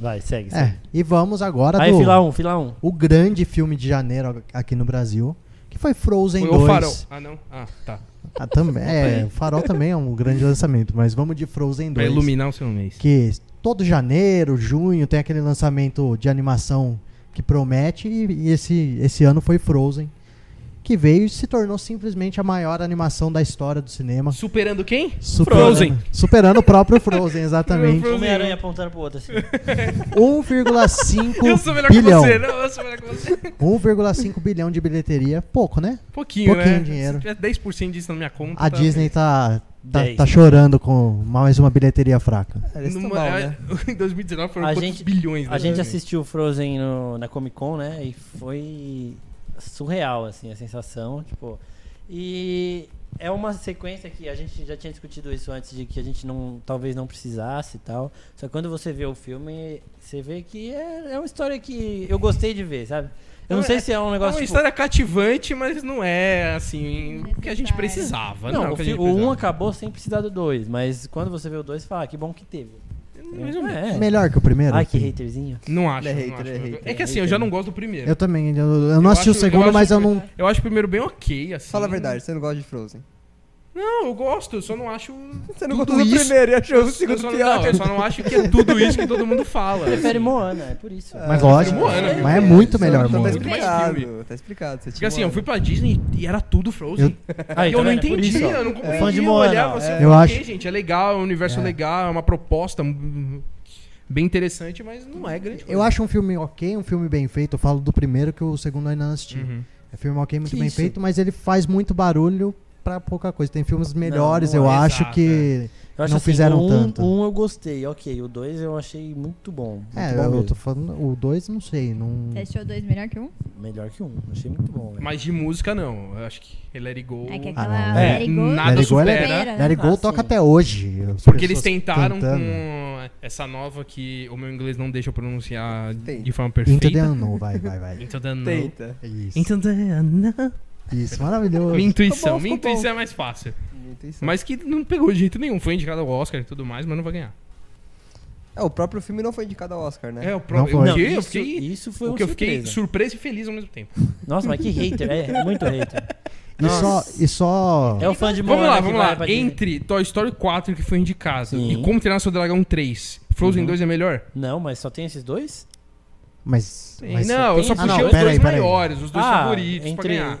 Vai, segue. segue. É, e vamos agora Aí, do fila 1, fila 1. o grande filme de janeiro aqui no Brasil, que foi Frozen Foi 2. o Farol. Ah, não. Ah, tá. Ah, também, é, Farol também é um grande lançamento, mas vamos de Frozen Pra 2. iluminar o seu mês. que todo janeiro, junho tem aquele lançamento de animação que promete e, e esse, esse ano foi Frozen, que veio e se tornou simplesmente a maior animação da história do cinema. Superando quem? Superando- Frozen. Superando o próprio Frozen, exatamente. Frozen. Tipo Homem-Aranha apontando pro outro, assim. 1,5 Eu sou melhor bilhão. que você. né? Não, eu sou melhor que você. 1,5 bilhão de bilheteria, pouco, né? Pouquinho, né? Pouquinho dinheiro. Se tiver 10% disso na minha conta. A Disney tá, tá, Dez. tá chorando com mais uma bilheteria fraca. Eles numa- é- tão mal, né? Em 2019 foram A quantos gente- bilhões? A né, gente Disney? assistiu Frozen no- na Comic Con, né? E foi surreal, assim, a sensação, tipo... E é uma sequência que a gente já tinha discutido isso antes, de que a gente não, talvez não precisasse e tal. Só que quando você vê o filme, você vê que é, é uma história que eu gostei de ver, sabe? Eu não Não, sei se é um É uma negócio... tipo, história cativante, mas não é assim o que a gente Necessário. precisava. Não, Não, é o, que a fi- gente o um precisava. acabou sem precisar do dois, mas quando você vê o dois, fala, ah, que bom que teve. Mais ou menos. É. Melhor assim. que o primeiro? Ai, que haterzinho. Não acho. Ele é não hater, acho. é hater, É que assim, hater. eu já não gosto do primeiro. Eu também, eu, eu não Eu assisti acho- o eu segundo, acho mas eu que- é não... Eu acho o primeiro bem ok, assim. Fala a verdade, você não gosta de Frozen. Não, eu gosto, eu só não acho. Você não Tudo gostou do isso- primeiro e achou o Eu segundo só, pior. não, eu só não acho que é tudo isso que todo mundo fala. assim. Prefere Moana, é por isso. Mas lógico, Moana, mas é viu? muito Isso melhor, Tá mano. um Muito mais explicado, filme. tá explicado. Você Porque tinha assim, uma- eu fui pra Disney e era tudo Frozen. Ah, Aí, eu então não tá vendo? É por entendi, isso, ó. eu não compreendi. Fã de eu Moana, olhava ó. assim, É. ok, Eu acho- gente, é legal, é um universo É. legal, é uma proposta hum, bem interessante, mas não é grande coisa. Eu acho um filme ok, um filme bem feito. Eu falo do primeiro que o segundo eu ainda não assisti. É filme ok, muito Que bem isso? feito, mas ele faz muito barulho pra pouca coisa. Tem filmes melhores, não eu é acho exato, que Eu acho não assim, fizeram o um, tanto. Um eu gostei, ok. O dois eu achei muito bom. Muito é, bom eu mesmo. tô falando, o 2 não sei, não Tá Você achou dois melhor que um? Melhor que um. Achei muito bom. velho. Mas de música, não. Eu acho que ele Let It Go... É que Ah, aquela não. Let É, It Go nada Let It Go é supera. legal. Let It Go Ah, toca sim. até hoje. as Porque eles pessoas tentaram cantando. com um essa nova que o meu inglês não deixa eu pronunciar Tem. de forma Into the perfeita. Unknown, vai, vai, vai. Into the Unknown. Tenta. Isso, Então, Into the Unknown. isso, maravilhoso. Minha intuição, minha ficou bom. intuição é mais fácil. Intuição. Mas que não pegou de jeito nenhum. Foi indicado ao Oscar e tudo mais, mas não vai ganhar. É, o próprio filme não foi indicado ao Oscar, né? É, o Não próprio. foi. Eu fiquei. Eu isso, fiquei isso foi o uma que eu fiquei surpresa. surpreso e feliz ao mesmo tempo. Nossa, mas que hater. É, muito hater. E só, e só É o fã de Vamos Moana lá, que vamos vai lá. pra Disney. Entre Toy Story 4, que foi indicado, Sim. e Como Treinar Seu Dragão 3, Frozen Uhum. 2 é melhor? Não, mas só tem esses dois? Mas, mas- não, eu só Ah, não, puxei os pera dois aí, pera aí. maiores, os dois Ah, favoritos pra ganhar.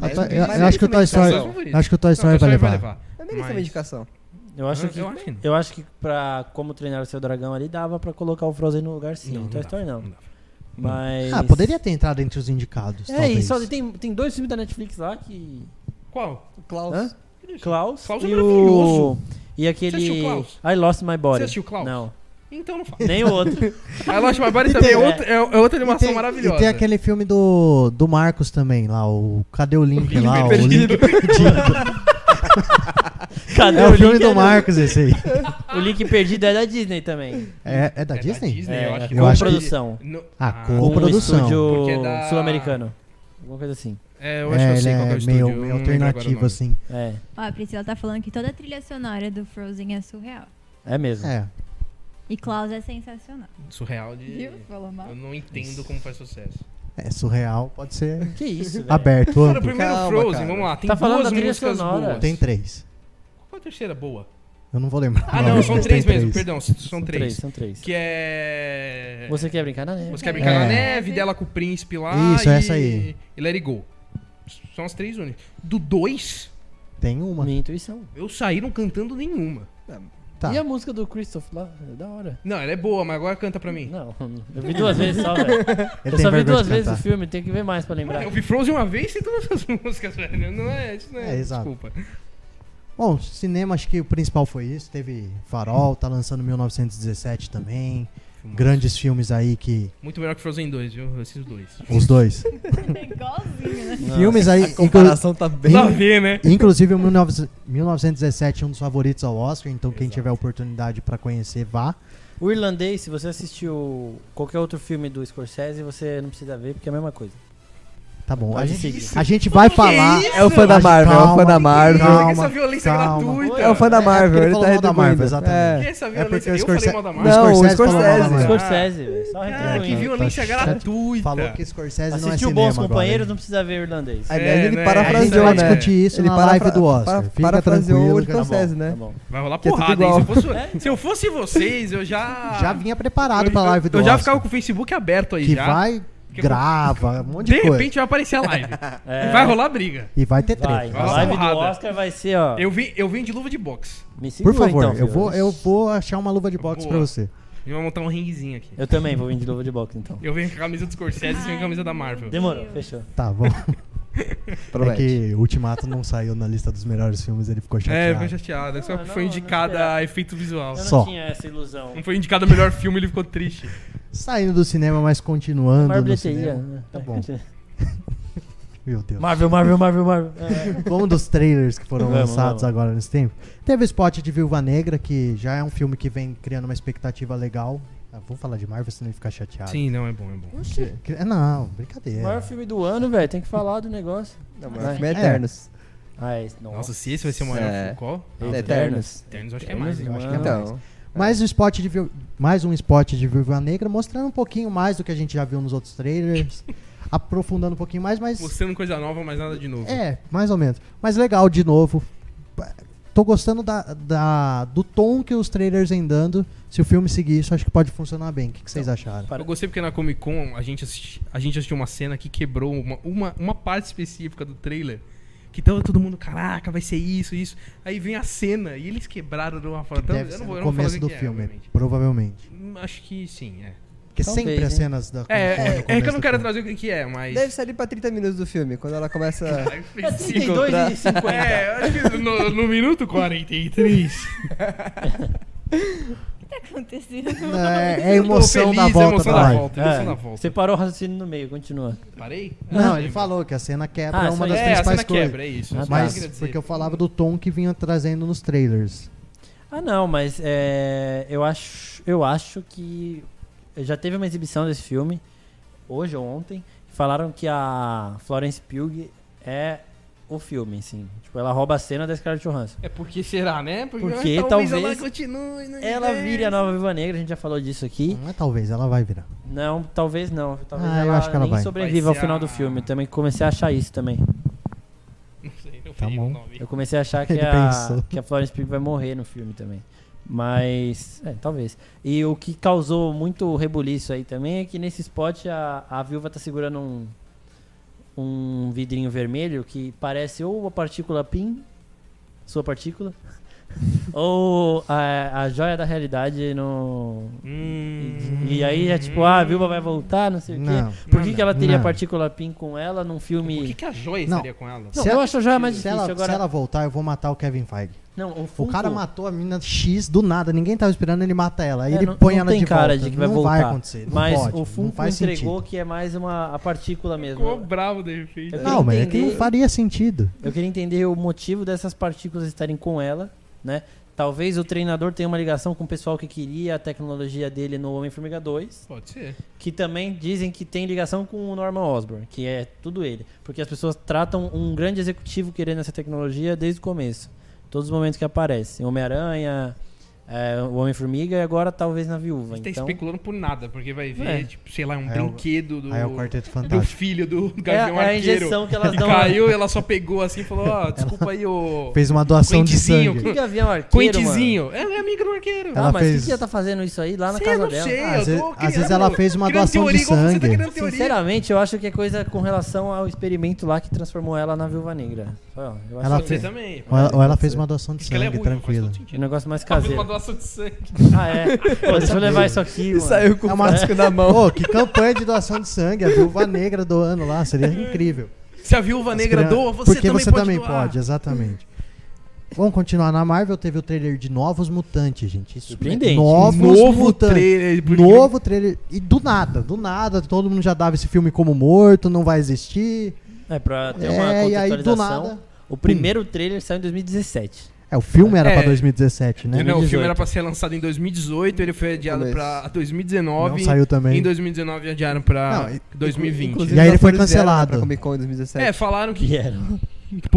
Ah, é tá, Mas- eu, mas eu acho que o merece uma Toy Story, indicação. eu acho que o Toy Story Não, vai é Toy levar. Mas merece mas- uma indicação. Eu acho Eu- que. eu acho que não. eu acho que pra como treinar o seu dragão ali dava pra colocar o Frozen no lugar sim. Não, Não, não Toy dá, Story não. não dá. Mas. Ah, poderia ter entrado entre os indicados, É, talvez. e só tem, tem dois filmes da Netflix lá que. Qual? O Klaus. Hã? Klaus. Klaus é e o... maravilhoso. E aquele. assistiu Klaus? I Lost My Body. Você assistiu Klaus? Não. Então não fala. Nem o outro. A Lost My Body E também é, tem- outra, é, é outra E animação tem, maravilhosa. e tem aquele filme do, do Marcos também, lá, o Cadê o Link Link é lá? O Perdido. Link é Perdido. Cadê É o filme Link? do Marcos esse aí. O Link perdido é da Disney também. É, é da É Disney? É, eu acho que eu acho que- produção. No- Ah, Com com o produção. estúdio Porque é da- sul-americano. Alguma coisa assim. É, eu acho que É, eu ele sei qual que é o é estúdio. meio, eu meio não lembro agora o alternativo, nome. assim. É, Ó, a Priscila tá falando que toda a trilha sonora do Frozen é surreal. é mesmo. É. E Klaus é sensacional. Surreal de... Viu? Falou mal. Eu não entendo como faz sucesso. É surreal, pode ser Que isso, velho. aberto, Cara, o amplo. primeiro Calma, Frozen, cara. vamos lá. Tem Tá falando duas da trilha músicas sonora. boas. Tem três. Qual é a terceira boa? Eu não vou lembrar. Ah, o não, nome, são mas três Tá, tem mesmo, perdão, s- são, três. São três. Que é... Você quer brincar né? na neve? Você quer brincar na É. neve, dela com o príncipe lá Isso, é e... essa aí. E Let It Go. São as três únicas. Do dois, Tem uma. Minha intuição. eu saí não cantando nenhuma. Tá. E a música do Christoph lá? É da hora. Não, ela é boa, mas agora canta pra mim. Não, eu vi duas vezes só, velho. Ele Eu tem só vi vergonha duas de vezes o cantar. filme, tem que ver mais pra lembrar. Eu vi Frozen uma vez e todas as músicas, velho. Não é, isso não É, é, exato. desculpa. Bom, cinema, acho que o principal foi isso. Teve Farol, tá lançando 1917 também. Grandes filmes aí que. Muito melhor que Frozen 2, viu? Esses dois. Os dois. É Igualzinho, né? Não. filmes aí. A comparação tá bem. Dá a ver, né? inclu- Inclusive, o 19- 1917 é um dos favoritos ao Oscar, então quem tiver oportunidade pra conhecer, vá. O irlandês, se você assistiu qualquer outro filme do Scorsese, você não precisa ver, porque é a mesma coisa. Tá bom. A Pode gente, seguir. a gente vai falar. É o fã da Mas Marvel, é o calma, fã da Marvel. calma. essa violência calma. gratuita. É o fã da É, porque Marvel, ele ele falou tá mal da Marvel, retribuindo. exatamente. Que essa É porque violência? o eu falei Scorsese. mal da Marvel? Não, Scorsese o falou mal da Scorsese. Marvel. Scorsese, velho. Só Cara, retribuindo. que tá- violência tá- gratuita. Falou que Scorsese não é Assistiu cinema Bons agora, Companheiros, hein? não precisa ver o irlandês. Aliás, É, ele né? A gente parafraseou, vai né? discutir isso Ele na parafra- live do Oscar. para- Fica parafraseou tranquilo. o que eu- Scorsese, né? Tá bom. Vai rolar Que é tudo porrada, hein? igual. Se eu, então. fosse, se eu fosse vocês, eu já. Já vinha preparado Ah. eu- pra live do Eu Oscar. já ficava com o Facebook aberto aí Que já. vai, grava, um monte de de, coisa. repente vai aparecer a live. É, Vai rolar briga. E vai ter Vai. treta. A rolar live do porrada. Oscar vai ser, ó. Eu vim, eu vim de luva de boxe. Me segura, Por favor, então, eu, filho. vou, eu vou achar uma luva de boxe Boa. pra você. Eu vou montar um ringuezinho aqui. Eu também vou vir de luva de boxe, então. Eu venho com a camisa do Scorsese e venho com a camisa da Marvel. Demorou, Deus. fechou. Tá, vamos. É Promete. que Ultimato não saiu na lista dos melhores filmes, ele ficou É, eu chateado. fiquei chateado. Só Não, que foi não, indicada não a efeito visual. Eu não Só. tinha essa ilusão. Não foi indicado a melhor filme, ele ficou triste. Saindo do cinema, mas continuando Maior no bilheteria. cinema. né? Tá bom. Meu Deus. Marvel, Marvel, Marvel, Marvel. É. Vamos dos trailers que foram Vamos, lançados vamos. agora nesse tempo. Teve o spot de Viúva Negra, que já é um filme que vem criando uma expectativa legal. Ah, vou falar de Marvel, senão ele ficar chateado. Sim, não, é bom, é bom. Que- é, Não, O Maior brincadeira. filme do ano, velho. Tem que falar do negócio. Não, mas Vai. é Eternos. Ah, é, não. Nossa, se esse vai ser o maior É. filme, qual? É Eternos. Eternos, eu acho que é mais. Eu hein? acho que é Mano. mais. Então, Mais um spot de Viú- mais um spot de Viúva Negra, mostrando um pouquinho mais do que a gente já viu nos outros trailers, aprofundando um pouquinho mais, mas Mostrando coisa nova, mas nada de novo. é, mais ou menos. Mas legal de novo. Pa- Tô gostando da, da- do tom que os trailers vêm dando. Se o filme seguir isso, acho que pode funcionar bem. O que, que vocês Então, acharam? Para- Eu gostei porque na Comic Con a gente, assisti- a gente assistiu uma cena que quebrou uma, uma, uma parte específica do trailer. Que tava todo mundo, caraca, vai ser isso, isso. Aí vem a cena e eles quebraram de uma forma. Deve então, ser eu não vou, no eu não vou falar começo o que do que é, filme, obviamente. provavelmente. Hum, Acho que sim, é. Porque Talvez, sempre as hein? cenas da Comic Con no É, é, é começo que eu não do quero filme. trazer o que que é, mas. Deve sair pra 30 minutos do filme, quando ela começa. É, e 50. É, eu acho que no, no minuto 43. tá acontecendo? É, é emoção Tô da feliz, volta emoção da da live. É. volta. emoção da volta. É, Você parou o raciocínio no meio, continua. Parei? Não, ele lembro. falou que a cena quebra Ah, é uma isso das aí. É, a principais cena coisas. quebra, é isso. Ah, Isso que eu tá. queria Mas dizer. porque eu falava do tom que vinha trazendo nos trailers. Ah, não, mas é, eu, acho, eu acho que já teve uma exibição desse filme, hoje ou ontem, que falaram que a Florence Pugh é o filme, assim. Tipo, ela rouba a cena da Scarlett Johansson. É porque será, né? Porque, Porque ela talvez continue. no Ela universo. vira a nova Viva Negra, a gente já falou disso aqui. Não é talvez, ela vai virar. Não, talvez não. Talvez Ah, eu ela acho que ela nem vai. sobreviva Uhum. Vai ao ser final a- do filme. Eu também comecei a achar isso também. Não sei, não Tá peguei bom. o nome. Eu comecei a achar que Ele a, pensou. que a Florence Pugh vai morrer no filme também. Mas, é, talvez. E o que causou muito rebuliço aí também é que nesse spot a, a viúva tá segurando um, um vidrinho vermelho que parece ou a partícula PIN, sua partícula, ou a, a joia da realidade no. Hum, E, e aí é tipo, ah, a viúva vai voltar, não sei o quê. Não. Por Não, que, não, que ela teria não. a partícula PIN com ela num filme. Por que, que a joia Não. estaria com ela? Não, Se eu ela- acho já mais Se Ah, difícil. ela, agora, se ela voltar, eu vou matar o Kevin Feige. não, o, O Funko- cara matou a menina X do nada, ninguém tava esperando, ele mata ela. Aí É, ele não- põe não ela tem de cara volta. de que vai não vai voltar. acontecer. Não mas pode, o não Funko faz entregou sentido. que é mais uma a partícula mesmo. Ficou bravo de repente. Eu Não, mas é que não entender- faria sentido. Eu queria entender o motivo dessas partículas estarem com ela, né? Talvez o treinador tenha uma ligação com o pessoal que queria a tecnologia dele no Homem-Formiga 2, Pode ser. que também dizem que tem ligação com o Norman Osborn, que é tudo ele. Porque as pessoas tratam um grande executivo querendo essa tecnologia desde o começo. Todos os momentos que aparece. Homem-Aranha, eh, o Homem-Formiga e agora talvez na A Viúva. gente tá então... especulando por nada, porque vai ver, É. tipo, sei lá, um Aí é o- brinquedo do, Aí é o Quarteto do Fantástico. filho do É, Gavião é a Arqueiro. injeção que elas E dão. caiu e ela só pegou assim e falou, ó, desculpa aí, ô... Fez uma doação de Quentezinho, sangue. Que Gavião Arqueiro, mano. Quentezinho. é Ela é amiga do arqueiro. Ah, Ela mas fez- por que ela tá fazendo isso aí lá na Sei, casa não dela? Ah, sei, eu às tô vezes- às criando- vezes ela fez uma criando doação de teoria igual Você tá sangue. criando teoria. Sinceramente, eu acho que é coisa com relação ao experimento lá que transformou ela na Viúva Negra. Ó, eu acho Ela Você que fez. também. Ou ela, ou ela fez uma doação de Acho que ela é sangue, ruiva, faz tranquila. todo é sentido. um negócio mais Ela fez Tá uma Tá caseiro. doação de sangue. Ah, é. Pô, deixa eu levar isso aqui, E mano. saiu com É o uma- frasco na mão. Pô, que campanha de doação de sangue, a viúva negra doando lá, seria incrível. Se a viúva As negra crianças- doa, você Porque também você pode também doar. pode, exatamente. Vamos continuar na Marvel, teve o trailer de Novos Mutantes, gente. Isso é Surpreendente. Novos Novo Mutantes. trailer. porque- Novo trailer. E do nada, do nada, todo mundo já dava esse filme como morto, não vai existir. É pra ter uma É, e aí do contextualização. nada. O primeiro trailer saiu em 2017. É, o filme era pra É. 2017, né? Não, o filme 2018. era pra ser lançado em 2018, ele foi adiado Começo. pra 2019. Não saiu também. Em 2019 adiaram pra Não, e- 2020. E aí ele foi atores vieram, né, cancelado. Pra Comic Con em 2017. É, falaram que Que era. que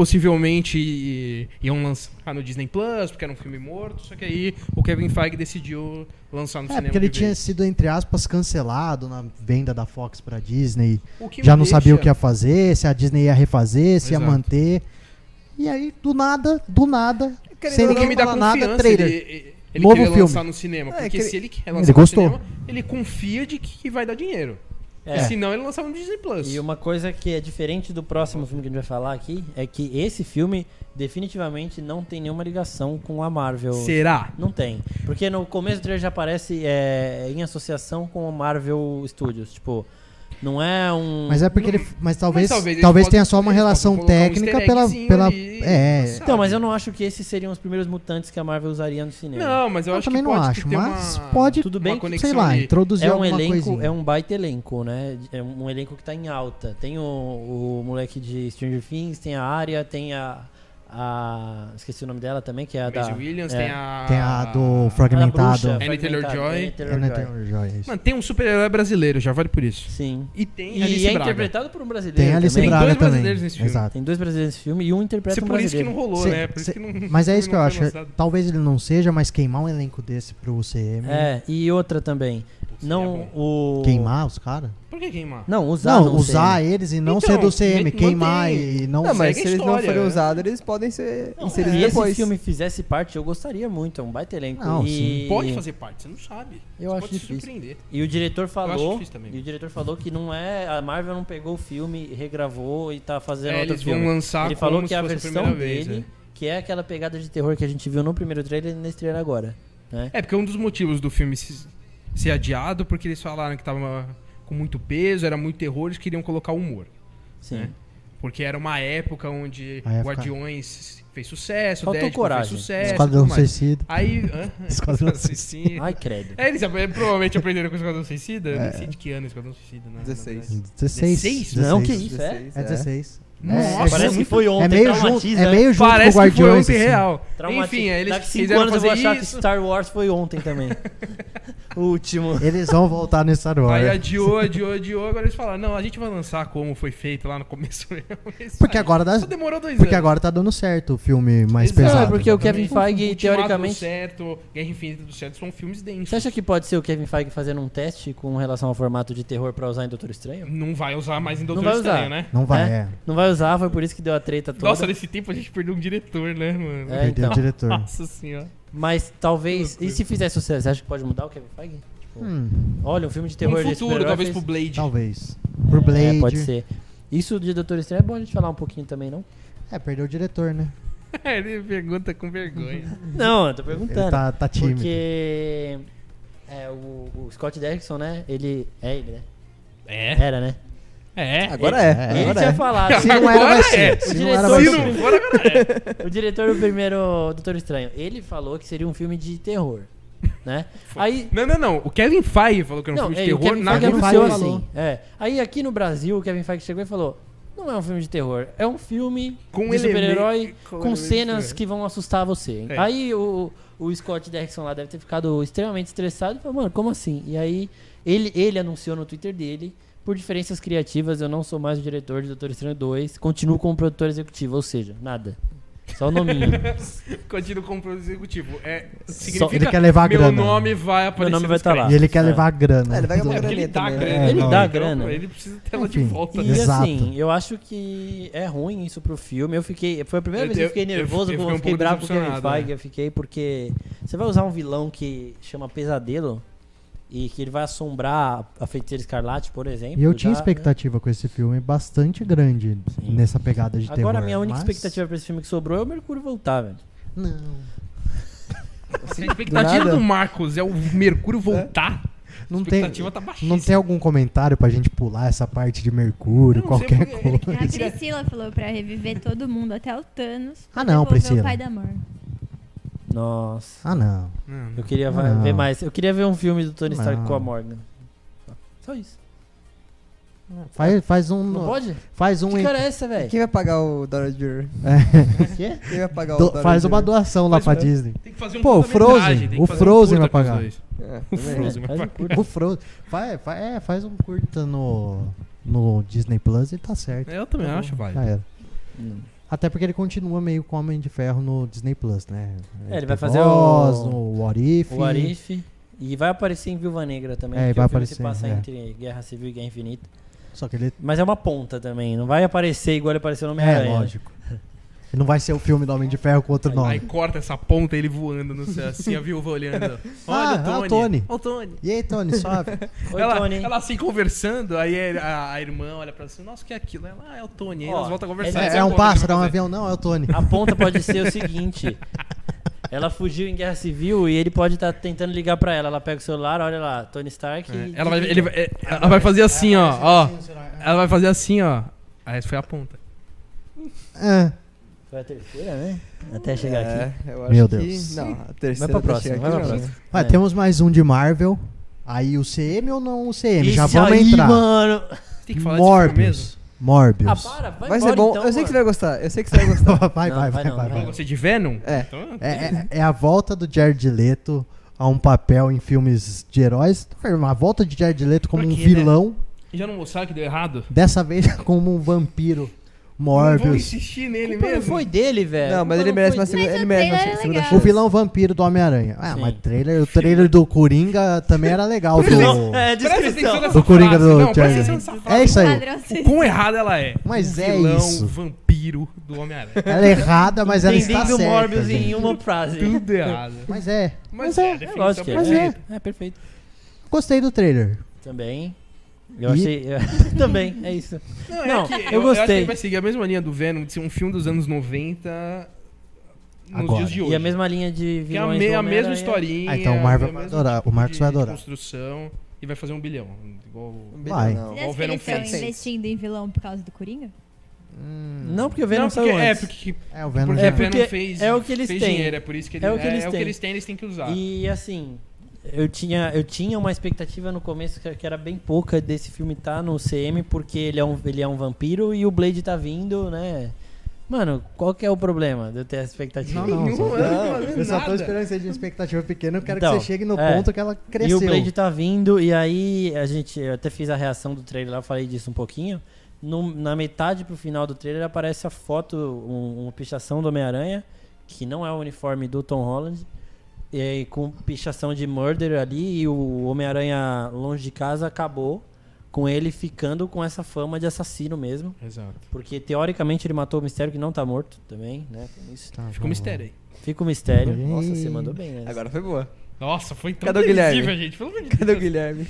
possivelmente iam lançar no Disney Plus, porque era um filme morto, só que aí o Kevin Feige decidiu lançar no É, cinema. porque ele de tinha vez. sido, entre aspas, cancelado na venda da Fox pra Disney. O que já me não sabia o que deixa- ia fazer, se a Disney ia refazer, se Exato. ia manter. E aí, do nada, do nada, Querendo sem ou O que ninguém me dá falar confiança nada, trailer. ele, ele Novo querer filme. lançar no cinema, É, porque que ele- se ele quer lançar ele gostou. no cinema, ele confia de que vai dar dinheiro. É. E se não, ele lançava no Disney Plus. E uma coisa que é diferente do próximo filme que a gente vai falar aqui é que esse filme definitivamente não tem nenhuma ligação com a Marvel. Será? Não tem. Porque no começo do trailer já aparece é, em associação com o Marvel Studios. Tipo, não é um. Mas é porque ele. Mas talvez. talvez talvez eles tenha possam- só uma eles relação possam colocar um técnica easter pela. eggzinho pela ali, é. sabe? Então, mas eu não acho que esses seriam os primeiros mutantes que a Marvel usaria no cinema. Não, mas eu, Eu acho também que não pode acho, ter uma- mas pode, É. Tudo bem que, sei lá, ali. introduzir É um alguma elenco, coisinha. é um baita elenco, né? É um elenco que tá em alta. Tem o, o moleque de Stranger Things, tem a Arya, tem a, a- esqueci o nome dela também, que é a Maisie da Williams, é. tem a... Tem a do Ela é fragmentado. bruxa, Annie fragmentada, Taylor-Joy. Annie É, né, Taylor-Joy. tem um joia, isso. Mano, tem um super-herói brasileiro, já vale por isso. Sim. E tem E, Alice é Braga. interpretado por um brasileiro Tem Alice também. Braga é, dois também. brasileiros nesse filme. Exato. Tem dois brasileiros nesse filme e um interpreta Se um por isso que brasileiro. não rolou, Cê- né? Por isso cê- que não, Mas é isso não que eu foi acho. lançado. Talvez ele não seja, mas queimar um elenco desse pro CM. É, e outra também. seria Não o Queimar os caras? Por que queimar? Não, usar Não, não usar sei. eles e não Então, ser do CM. mantém. Queimar e não. Não, segue mas se a eles não história, forem né? usados, eles podem ser inseridos Se depois. é, esse filme fizesse parte, eu gostaria muito, é um baita elenco. Não, e... Pode fazer parte, você não sabe. Eu você acho pode difícil. se surpreender. E o diretor acho falou, difícil também. e o diretor falou que não é, a Marvel não pegou o filme, regravou e tá fazendo É, outro eles vão filme. lançar Ele como falou se que é a fosse a versão primeira vez, dele, que é aquela pegada de terror que a gente viu no primeiro trailer e nesse trailer agora, né? É, porque um dos motivos do filme se- ser adiado porque eles falaram que tava com muito peso, era muito terror, eles queriam colocar humor. Sim. né? Porque era uma época onde A época- Guardiões fez sucesso, Faltou Deadpool coragem. fez sucesso. Esquadrão tudo mais. Suicida. Aí. hã? Esquadrão Suicida. Ai, credo. É, eles ap- provavelmente aprenderam com o Esquadrão Suicida. Eu nem sei de que ano é o Esquadrão Suicida, né? 16. 16. 16? Não, que isso, é? 16, É 16. Nossa, é, parece junto- muito- foi é meio junto, traumatiza, é né? meio junto Parece com que foi Guardiões. ontem assim. real. Traumatiza. Enfim, aí eles Daqui cinco quiseram anos eu vou fazer achar isso. que Star Wars foi ontem também. o último. Eles vão voltar no Star Wars. Aí adiou, adiou, adiou. Agora eles falaram, não, a gente vai lançar como foi feito lá no começo. Porque agora dá- Só demorou dois Porque anos. agora tá dando certo o filme mais Exato. pesado. Não, é porque o Kevin Exatamente. Feige, Ultimato teoricamente- deu certo, Guerra Infinita do certo, são filmes densos. Você acha que pode ser o Kevin Feige fazendo um teste com relação ao formato de terror pra usar em Doutor Estranho? Não vai usar mais em Não Doutor vai usar. Estranho, né? Não vai, É. é. Não vai usar, foi por isso que deu a treta toda. Nossa, nesse tempo a gente perdeu um diretor, né, mano? É, Perdeu então. o diretor. Nossa senhora. Mas talvez. E se fizer sucesso, você acha que pode mudar o Kevin Feige? Tipo, Hum, olha, um filme de terror No de futuro, super-herói talvez fez- pro Blade. talvez. Por Blade. É, pode ser. Isso de Doutor Estranho é bom a gente falar um pouquinho também, não? É, perdeu o diretor, né? Ele pergunta com vergonha. Não, eu tô Ele perguntando. tá, tá tímido. Porque é, o, o Scott Derrickson, né? Ele. É ele, né? É, Era, né? é. Agora é. É, ele agora tinha é. falado. Se não era, vai Agora ser. é. Se O não era, diretor vai Se do ser. não for, agora é. O diretor do primeiro Doutor Estranho, ele falou que seria um filme de terror. Né? Aí. Não, não, não. O Kevin Feige falou que era um Não, filme de é, o terror Kevin na Feige Kevin anunciou Feige falou. assim. É. Aí aqui no Brasil, o Kevin Feige chegou e falou: não é um filme de terror, é um filme Com de super-herói elemen- com com, elementos de cenas terror." que vão assustar você. É. Aí o, o Scott Derrickson lá deve ter ficado extremamente estressado e falou: mano, como assim? E aí ele, ele anunciou no Twitter dele. Por diferenças criativas, eu não sou mais o diretor de Doutor Estranho 2, continuo como produtor executivo, ou seja, nada. Só o nominho. Continua como produtor executivo. É, ele significa quer levar a meu grana. nome vai aparecer. nome vai nos tá lá. créditos. E ele quer É. levar a grana. É, ele vai ganhar uma É porque ele grana dá a também, né? grana. Ele né? dá a Então, grana. Ele precisa tela de Enfim. volta. E né? Exato. assim, eu acho que é ruim isso pro filme. Eu fiquei. Foi a primeira Eu- vez que eu eu- fiquei eu- nervoso, eu eu, fiquei um fiquei pouco bravo com o Kevin decepcionado, Feige. né? Eu fiquei porque. Você vai usar um vilão que chama Pesadelo e que ele vai assombrar a Feiticeira Escarlate, por exemplo. E eu tinha já, né? expectativa com esse filme bastante grande Sim. nessa pegada de terror. Agora a minha única mas- expectativa pra esse filme que sobrou é o Mercúrio voltar, velho. Não. Assim, Se a expectativa nada. do Marcos é o Mercúrio voltar, a Não tem, expectativa tá baixíssima. não tem algum comentário pra gente pular essa parte de Mercúrio, Eu não sei qualquer porque ele- coisa. A Priscila falou pra reviver todo mundo, até o Thanos. pra Ah, não, devolver Priscila. o pai da Mor. Nossa. Ah, não. Não, não. Eu queria va- Ah, Não. ver mais. Eu queria ver um filme do Tony Stark Não. com a Morgan. Só isso. Faz, faz um. Não pode? Faz um. Que em- cara é essa, velho? Quem vai pagar o Donald Jr? Quê? Quem vai pagar É o do- Donald é? faz uma Jr? doação lá Faz pra um- Disney. Tem que fazer um Pô, o curta-metragem, Frozen, tem que o fazer um Frozen curta vai com os pagar. dois. É, O também. Frozen vai Faz um pagar. curto. O Frozen. Faz, faz, é, faz um curta no, no Disney Plus e tá certo. Eu também acho, vai. Já era. Não. Até porque ele continua meio com Homem de Ferro no Disney Plus, né? É, ele tem vai fazer Voz, o- no What If. O Arif. E vai aparecer em Viúva Negra também. É, porque vai o filme se aparecer, passa é. entre Guerra Civil e Guerra Infinita. Só que ele. Mas é uma ponta também. Não vai aparecer igual ele apareceu no É, Homem-Aranha. lógico. Não vai ser o filme do Homem de Ferro com outro Aí nome. corta essa ponta ele voando no céu, assim, a viúva olhando. Olha Ah, é o o Tony. Tony. Olha o Tony. E aí, Tony, é um sobe? Oi, ela, Tony. ela assim conversando, aí é, a, a irmã olha pra ela assim, nossa, o que é aquilo? Ela, ah, é o Tony. Aí Ó, elas voltam a conversar. é- Esse É, o um Tony que ele pássaro, é um vai fazer. avião, não, é o Tony. A ponta pode ser o seguinte. Ela fugiu em Guerra Civil e ele pode estar tentando ligar pra ela. Ela pega o celular, olha lá, Tony Stark. É, e- Ela vai, ele vai- é, ela vai fazer assim, Ah, ó, ó. Ela vai fazer assim, ó. Aí essa foi a ponta. Ah, Foi a terceira, né? Até chegar aqui. É, eu acho Meu que- Deus. Não, a terceira pra tá próxima, chegando vai pra aqui, não, próxima. né? vai, É. temos mais um de Marvel. Aí o CM ou não o CM? Já Esse vamos É. aí, entrar. mano. Você tem que falar disso mesmo? Morbius. Ah, Morbius. para, vai é Vai embora, ser bom. então, eu sei que mano. você vai gostar. Eu sei que você vai gostar. vai, Não, vai, vai vai, não, vai. vai vai. não. Você de Venom? É. Então, É, é- é a volta do Jared Leto a um papel em filmes de heróis. A volta de Jared Leto como Pra um quê, né? vilão. Já não mostraram que deu errado? Dessa vez como um vampiro. Vamos Morbius. insistir nele Culpa não é um mesmo. Foi dele, velho. Não, mas ele Culpa merece uma foi- segunda. Mas Ele o merece uma trailer é segunda legal. O chance. vilão vampiro do Homem-Aranha. Ah, Sim. mas trailer, o trailer do Coringa também era legal. Do... É, Presta atenção descrição. nessa Do Coringa frase, do não, presta Jared. atenção nessa frase. É isso aí. Padrão O Cis- quão errada ela é. Mas um é vilão isso. vampiro do Homem-Aranha. Ela é errada, mas ela Tem está David certa. Morbius gente. em um. uma frase. Tudo errado. Mas é. Mas Mas, é, é, a definição Lógico que é. Mas perfeita. É, perfeito. Gostei do trailer. Também. Eu E- achei. Também, é isso. Não, Não, é que eu, eu eu acho que gostei. ele vai seguir a mesma linha do Venom, de ser um filme dos anos 90 nos Agora. dias de hoje. E a mesma linha de que é a, vilões me- do a mesma Homem-Aranha. historinha. Ah, então o Marvel é vai mesmo adorar, o Marcos vai de- de adorar. construção e vai fazer um bilhão. Igual o- Vai. Vocês Não. acham que Wolverine eles estão fez. investindo em vilão por causa do Coringa? Não, porque o Venom não, saiu porque, é, antes. porque, É, o Venom porque já... o É, porque Venom fez, é o que eles fez têm. dinheiro, é por isso que ele- É o que eles é, o que têm. eles têm, eles têm que usar. E assim, eu tinha, eu tinha uma expectativa no começo que, que era bem pouca desse filme estar no CM, porque ele é um, ele é um vampiro e o Blade tá vindo, né? Mano, qual que é o problema de eu ter essa expectativa? Não, não, só- Não, eu só tô esperando que seja de expectativa pequena, eu quero Então, que você chegue no é. ponto que ela cresceu. E o Blade tá vindo, e aí a gente, eu até fiz a reação do trailer lá, eu falei disso um pouquinho. No- na metade pro final do trailer aparece a foto, um- uma pichação do Homem-Aranha, que não é o uniforme do Tom Holland, e aí com pichação de Murder ali, e o Homem-Aranha longe de casa acabou com ele ficando com essa fama de assassino mesmo. Exato. Porque teoricamente ele matou o mistério que não tá morto também, né? Tem isso. Tá Ficou bom. um mistério aí. Fica o mistério. Ih. Nossa, você mandou bem, né? Agora foi boa. Nossa, foi tão Cadê o Guilherme? previsível, gente. Pelo amor de Cadê o Deus. Guilherme?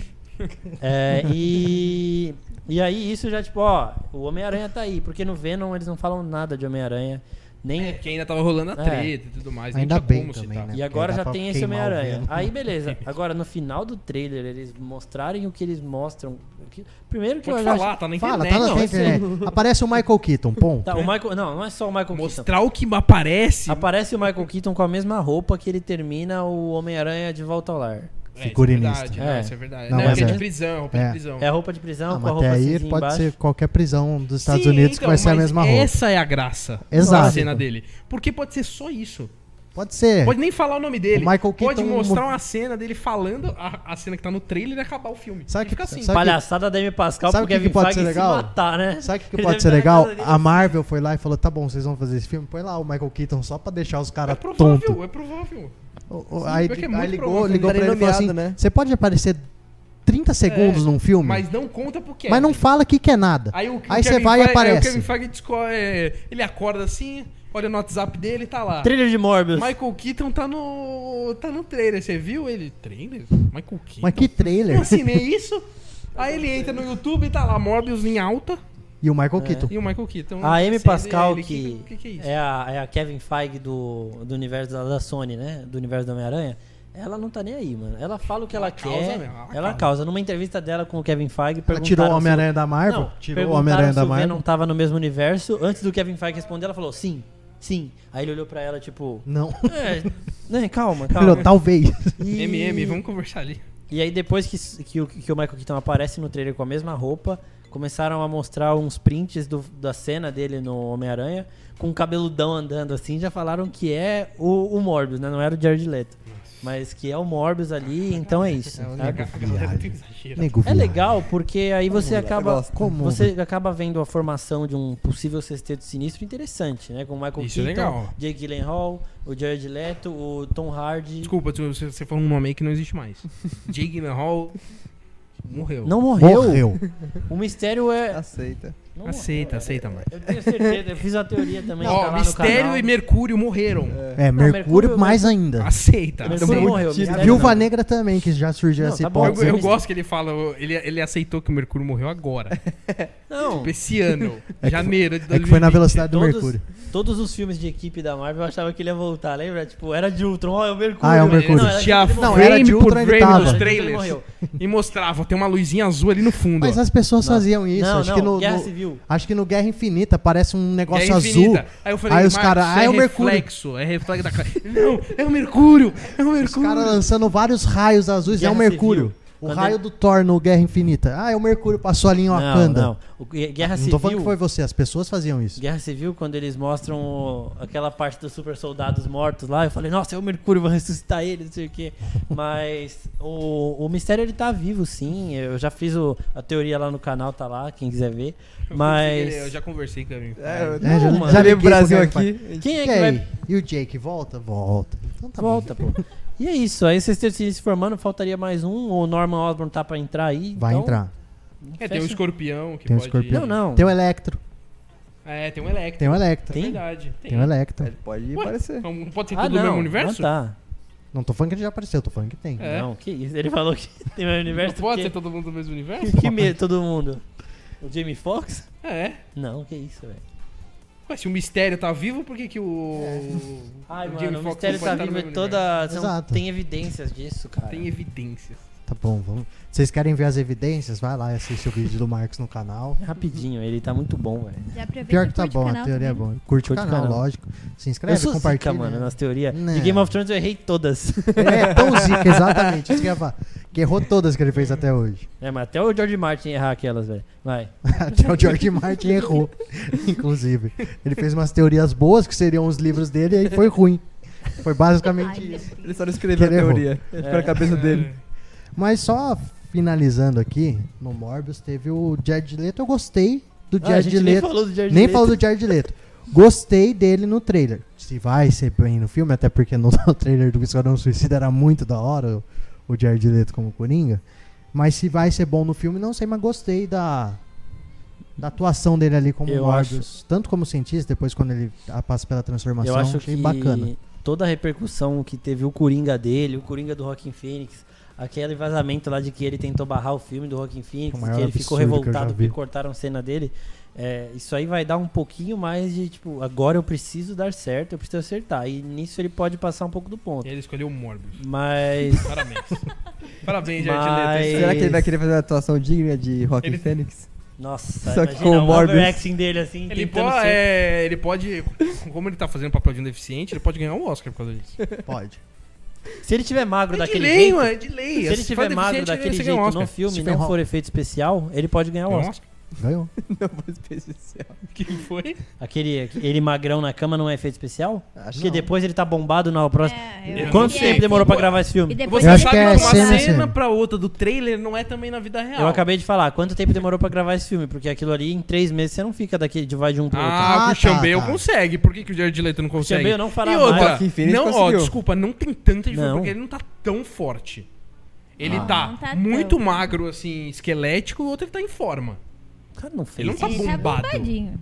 É, e, e aí isso já, tipo, ó, o Homem-Aranha tá aí, porque no Venom eles não falam nada de Homem-Aranha. Nem. É, que ainda tava rolando a É. treta e tudo mais. Ainda nem tinha bem como também, citar. né? E porque agora dá já pra tem esse queimar o Homem-Aranha. Venom. Aí beleza. Agora no final do trailer eles mostrarem o que eles mostram. o que- Primeiro que Pode eu já falar, tá na internet. Fala, tá na Não, sua é internet. Aparece o Michael Keaton, ponto. Tá, o Michael, não, não é só o Michael Keaton. Mostrar o que aparece. É, Aparece o Michael Keaton com a mesma roupa que ele termina o Homem-Aranha de volta ao lar. É, Figurinista. Isso é verdade, É. né? Isso é verdade. Não, Não, mas é é. de prisão, roupa É. de prisão. É a roupa de prisão Ah, com a mas roupa até aí cinza pode embaixo. ser qualquer prisão dos Estados Sim, Unidos que então, vai ser a mas mesma roupa. Essa é a graça Exato. da cena dele. Porque pode ser só isso. Pode ser. Pode nem falar o nome dele. O Michael pode Keaton- mostrar uma cena dele falando a, a cena que tá no trailer e acabar o filme. Sabe E que- tá- fica assim. sabe- Palhaçada da Amy Pascal Sabe o porque que que Kevin pode Feige ser legal? se matar, né? Sabe o que Ele pode deve ser estar na legal? casa dele. A Marvel foi lá e falou: tá bom, vocês vão fazer esse filme? Põe lá o Michael Keaton só pra deixar os É caras provável, tontos. é provável. Sim, Aí, pior que é aí muito ligou, provável. É, ligou pra Ele ele e tá falou assim: nomeado, né? você pode aparecer 30 segundos num filme, mas, Mas não conta porque. não fala o que, que é nada. Aí, o, Aí o você Kevin vai e Feige- Aí o aparece. Kevin Feige descobre, ele acorda assim, olha no WhatsApp dele e tá lá. Trailer de Morbius. Michael Keaton tá no tá no trailer, você viu ele? Trailer? Michael Keaton. Mas que Eu trailer! assinei isso. Aí ele entra no YouTube e tá lá Morbius em alta E o Michael É. Keaton. e o Michael Keaton. A Amy sendo Pascal, é ele. que, que, que é isso? é, a, é a Kevin Feige do, do universo da, da Sony, né? Do universo do Homem-Aranha. Ela não tá nem aí, mano. Ela fala o que ela, Ela causa quer. mesmo, ela ela causa. causa. Numa entrevista dela com o Kevin Feige, Ela tirou o perguntaram se Homem-Aranha da Marvel? Não, tirou o perguntaram Homem-Aranha se da o Marvel? Venom tava no mesmo universo. Antes do Kevin Feige responder, ela falou sim, sim. Aí ele olhou pra ela, tipo... Não. É, né, calma, Melhor, calma. talvez. E- MM, vamos conversar ali. E aí depois que, s- que, o- que o Michael Keaton aparece no trailer com a mesma roupa, começaram a mostrar uns prints do- da cena dele no Homem-Aranha, com o cabeludão andando assim, já falaram que é o, o Morbius, né? Não era o Jared Leto. Mas que é o Morbius ali, então é isso. A sabe? ga- a galera tem exagero. Nego É viado. legal porque aí você acaba gosto. Como? você acaba vendo a formação de um possível sexteto sinistro interessante, né? Com o Michael Isso é Keaton, legal. Jake Gyllenhaal, o Jared Leto, o Tom Hardy. Desculpa, tu- você, você falou um nome aí que não existe mais. Jake Gyllenhaal morreu. Não morreu. Morreu. O mistério é Aceita. não Aceita, aceita, mano. Eu tenho certeza, eu fiz a teoria também. tá Ó, lá no Mistério canal. e Mercúrio morreram. É, Mercúrio- Mercúrio mais ainda. Aceita. Mercúrio aceita. morreu. A Mistério Viúva não. Negra também, que já surgiu Não, essa tá bom. hipótese. Eu, eu gosto que ele fala, ele, ele aceitou que o Mercúrio morreu agora. Não. Tipo, Esse ano, janeiro de É que foi na 2020. velocidade do Todos- Mercúrio. Todos os filmes de equipe da Marvel eu achava que ele ia voltar, lembra? Tipo, era de Ultron, ó, é o Mercúrio. Ah, é o Mercúrio. Não, era de Tinha Ultron, Não, ele morreu. era de frame por Ultron, ele frame tava. nos Ele trailers morreu. e mostrava, tem uma luzinha azul ali no fundo. Mas ó. as pessoas faziam isso. Não, acho, não, que no, Guerra no- Civil. acho que no Guerra Infinita parece um E é negócio azul. infinita. Aí eu falei, Aí os Marcos, cara, isso ah, é é o Mercúrio. reflexo, é reflexo da cara. Não, é o Mercúrio, é o Os Mercúrio. caras lançando vários raios azuis. é o Guerra Mercúrio. Civil. O Quando raio ele- do Thor no Guerra Infinita. Ah, é o Mercúrio, passou ali em Wakanda. Não, não. O Gu- Guerra Ah, Não tô falando Civil. que foi você, as pessoas faziam isso. Guerra Civil, quando eles mostram o- aquela parte dos super soldados mortos lá, eu falei, nossa, é o Mercúrio, vou ressuscitar ele, não sei o quê. Mas o, o mistério ele tá vivo, sim. Eu já fiz o- a teoria lá no canal, tá lá, quem quiser ver. Eu Mas. consegui, Eu já conversei com ele. É, É, já- mano. já liguei Olhei pro pro Brasil Guerra aqui. Quem E é que vai aí? E o Jake volta? Volta. Então tá Volta, pô. E é isso. Aí vocês terem se formando, faltaria mais um. O Norman Osborn tá pra entrar aí. bom. Vai então, entrar. É, tem um escorpião que Tem um pode... escorpião. Não, não. Tem o Electro. É, tem um Electro. Tem o Electro. É Tem? verdade. Tem, Tem um o Electro. Ele pode Ué, aparecer. então não pode ser Ah, tudo no não. mesmo universo? Ah, tá. Não tô falando que ele já apareceu, tô falando que tem. É. Não, que isso. Ele falou que tem o Não universo. pode ser tá. porque... todo mundo do mesmo universo? que, que medo, todo mundo. O Jamie Foxx? É. Não, que isso, velho. Ué, se o mistério tá vivo, por que, que o. É. Ai, o mano, Jamie o mistério Foxx não pode tá estar no vivo mesmo é toda. são- Exato. Tem evidências disso, cara. universo? Tem evidências. Tá bom, vamos. Vocês querem ver as evidências? Vai lá e assiste o vídeo do Marcos no canal. Rapidinho, ele tá muito bom, velho. Já aproveita Pior e que tá curte o bom, canal a teoria é também. boa. Curte, o Curte o canal, canal. lógica. Se eu inscreve, sou zica, compartilha. Né. mano, nas teorias. Não. De Game of Thrones eu errei todas. Ele é tão zica, exatamente. Isso que eu ia falar. Que errou todas que ele fez até hoje. é, mas até o George Martin errar aquelas, velho. Vai. Até o George Martin errou, inclusive. Ele fez umas teorias boas, que seriam os livros dele, e aí foi ruim. Foi basicamente Ai, isso. Ele só não escreveu a Querer errou. teoria. Ele ficou na cabeça dele. Mas só finalizando aqui, no Morbius teve o Jared Leto. Eu gostei do Ah, a Jared gente nem Leto. falou do Jared Nem Leto. falou do Jared Leto. Gostei dele no trailer. Se vai ser bem no filme, até porque no trailer do Esquadrão Suicida era muito da hora o- o Jared Leto como Coringa. Mas se vai ser bom no filme, não sei, mas gostei da, da atuação dele ali como Eu Morbius. Tanto como cientista, depois quando ele ah, passa pela transformação, Eu acho achei que bacana. toda a repercussão que teve o Coringa dele, o Coringa do Rockin' Phoenix, aquele vazamento lá de que ele tentou barrar o filme do Rockin' Phoenix, O maior que ele ficou absurdo que eu já revoltado vi. porque cortaram cena dele, é, isso aí vai dar um pouquinho mais de, tipo, agora eu preciso dar certo, eu preciso acertar. E nisso ele pode passar um pouco do ponto. E ele escolheu o Morbius. Mas... Parabéns. Parabéns, Jared Leto. Mas- é isso aí. Será que ele vai querer fazer uma atuação digna de Rock Ele- Fênix? Nossa, Só que imagina com o o Morbius. overacting dele assim, Ele tentando pode, ser- é, ele pode, como ele tá fazendo papel de um deficiente, ele pode ganhar um Oscar por causa disso. Pode. Se ele tiver magro É de daquele lei, jeito, mano, é de lei. se ele Faz tiver magro deficiente, daquele você ganha um jeito no Oscar. filme e Stephen não Hawking. for efeito especial, ele pode ganhar o Ganha um Oscar. Oscar. Ganhou. Não, foi especial. Quem foi? Aquele, aquele magrão na cama não é efeito especial? Ah, Acho Porque depois ele tá bombado na próxima. É, eu Quanto acho que é. tempo demorou pra gravar esse filme? E depois Você acho sabe que que é uma cena, cena, cena. pra outra do trailer não é também na vida real. Eu acabei de falar, quanto tempo demorou pra gravar esse filme? Porque aquilo ali, em três meses, você não fica daquele de vai de um pro outro. Ah, Ah, o Christian tá, Bale tá. Ah, consegue. Por que, que o Jared Leto não consegue? Bale não fará e outra, mais. Joaquin Phoenix não, ó, conseguiu. desculpa, não tem tanta diferença, Não. porque ele não tá tão forte. Ele Ah. tá, Não tá muito tão. magro, assim, esquelético, o outro ele tá em forma. O cara não Ele não fez. tá Ele bombado. bombadinho.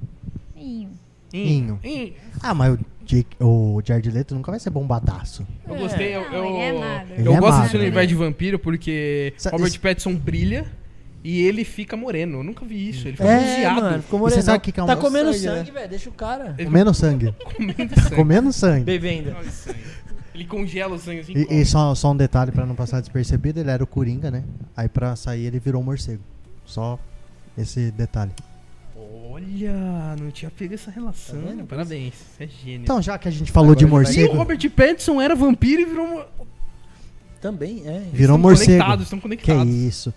Sim. Inho. Ih, Ah, mas o, Jake, o Jared Leto nunca vai ser bombadaço. Eu gostei, eu, Não, eu, ele é magro. Ele eu é gosto desse magro, universo né? de vampiro porque Sa- Robert isso- Pattinson brilha e ele fica moreno. Eu nunca vi isso. Ele fica É, bronzeado. mano, ficou E você morenão. sabe o que que é um Tá bom comendo sangue, sangue, né? velho, deixa o cara. Comendo sangue. Comendo sangue. Comendo sangue. Bebendo. Olha o sangue. Ele congela o sangue assim. E, come. e só, só um detalhe pra não passar despercebido, ele era o Coringa, né? Aí pra sair ele virou um morcego. Só esse detalhe. Olha, não tinha pego essa relação. Tá Parabéns, você é gênio. Então, já que a gente falou de e o morcego, Robert Pattinson era vampiro e virou. mo- Também, é. virou estão morcego. Conectados, estão Que conectados. isso.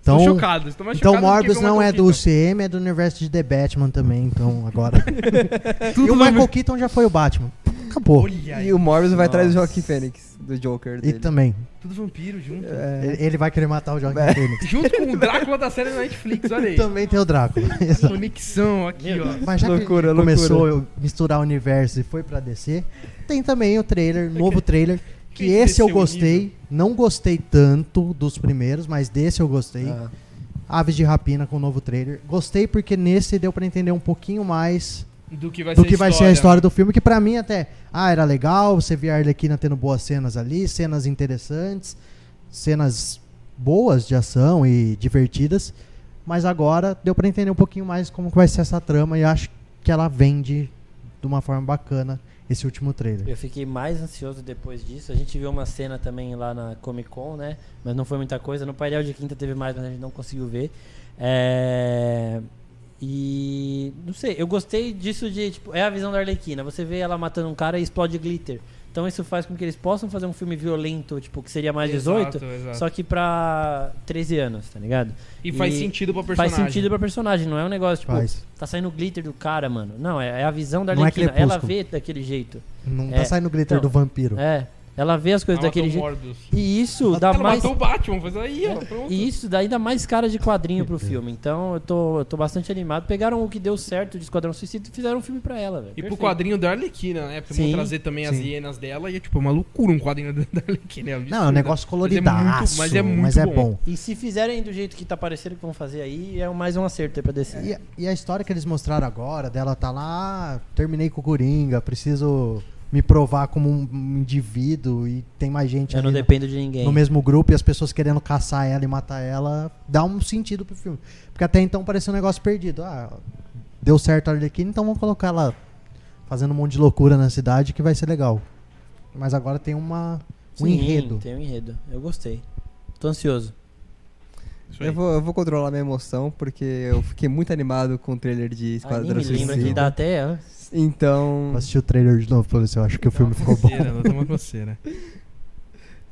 Estão Então, chocados. Estão mais então chocados do que Morbius com o não é do Michael Keaton. CM, é do universo de The Batman também, então agora. e é Tudo o na Michael Keaton já foi o Batman. Acabou. Olha aí, E o Morbius vai atrás do Nossa. Joaquim Fênix, do Joker E dele. também. tudo vampiro junto. É. Ele, ele vai querer matar o Joaquim É. Phoenix. Junto com o Drácula da série da Netflix, olha aí. Também tem o Drácula. Exato. Conexão aqui, ó. Mas já Loucura, que loucura. começou a misturar o universo e foi pra DC, tem também o trailer, novo trailer, que esse eu desceu o gostei. Não gostei tanto dos primeiros, mas desse eu gostei. Ah. Aves de Rapina com o novo trailer. Gostei porque nesse deu pra entender um pouquinho mais Do que vai, do ser, né? que vai ser a história do filme, que pra mim até, ah, era legal, você via a Arlequina tendo boas cenas ali, cenas interessantes, cenas boas de ação e divertidas, mas agora deu pra entender um pouquinho mais como que vai ser essa trama e acho que ela vende de uma forma bacana esse último trailer. Eu fiquei mais ansioso depois disso. A gente viu uma cena também lá na Comic Con, né? Mas não foi muita coisa. No painel de quinta teve mais, mas a gente não conseguiu ver. É... E não sei, eu gostei disso de tipo, é a visão da Arlequina. Você vê ela matando um cara e explode glitter. Então isso faz com que eles possam fazer um filme violento, tipo, que seria mais 18, Exato, exato. só que pra 13 anos, tá ligado? E faz sentido pra Faz personagem. sentido pra personagem, não é um negócio tipo, Faz. tá saindo glitter do cara, mano. Não, é, é a visão da Não é Arlequina. ela Crepúsculo. vê daquele jeito. Não É, tá saindo o glitter então, do vampiro. É. Ela vê as coisas Ela daquele matou o jeito. Morbius. E isso dá Ela mais. É. matou o Batman, faz aí, ó. Pronto. E isso daí dá mais cara de quadrinho pro filme. Então eu tô, eu tô bastante animado. Pegaram o que deu certo de Esquadrão Suicida e fizeram um filme pra ela, velho. E pro Perfeito. quadrinho da Arlequina, né? Porque vão Sim, trazer também as sim. hienas dela e é tipo uma loucura um quadrinho da da Arlequina. Não, um é um absurdo. negócio coloridaço, Mas é muito, mas é muito bom. bom. E se fizerem do jeito que tá parecendo que vão fazer aí, é mais um acerto aí pra descer. E, e a história que eles mostraram agora, dela tá lá, ah, terminei com o Coringa, preciso me provar como um um indivíduo e tem mais gente Eu não ali na- dependo de ninguém. no mesmo grupo e as pessoas querendo caçar ela e matar ela, dá um sentido pro filme. Porque até então parecia um negócio perdido. Ah, deu certo a Arlequina, então vamos colocar ela fazendo um monte de loucura na cidade que vai ser legal. Mas agora tem uma, um Sim, enredo. Tem um enredo. Eu gostei. Tô ansioso. Isso aí. Eu vou, eu vou controlar minha emoção, porque eu fiquei muito animado com o trailer Ah, de nem Esquadrão me lembra que Suicida. dá até. ó, um Então, Vou assistir o trailer de novo pra ver se eu acho que o filme ficou bom. Coceira, ela tá uma coceira.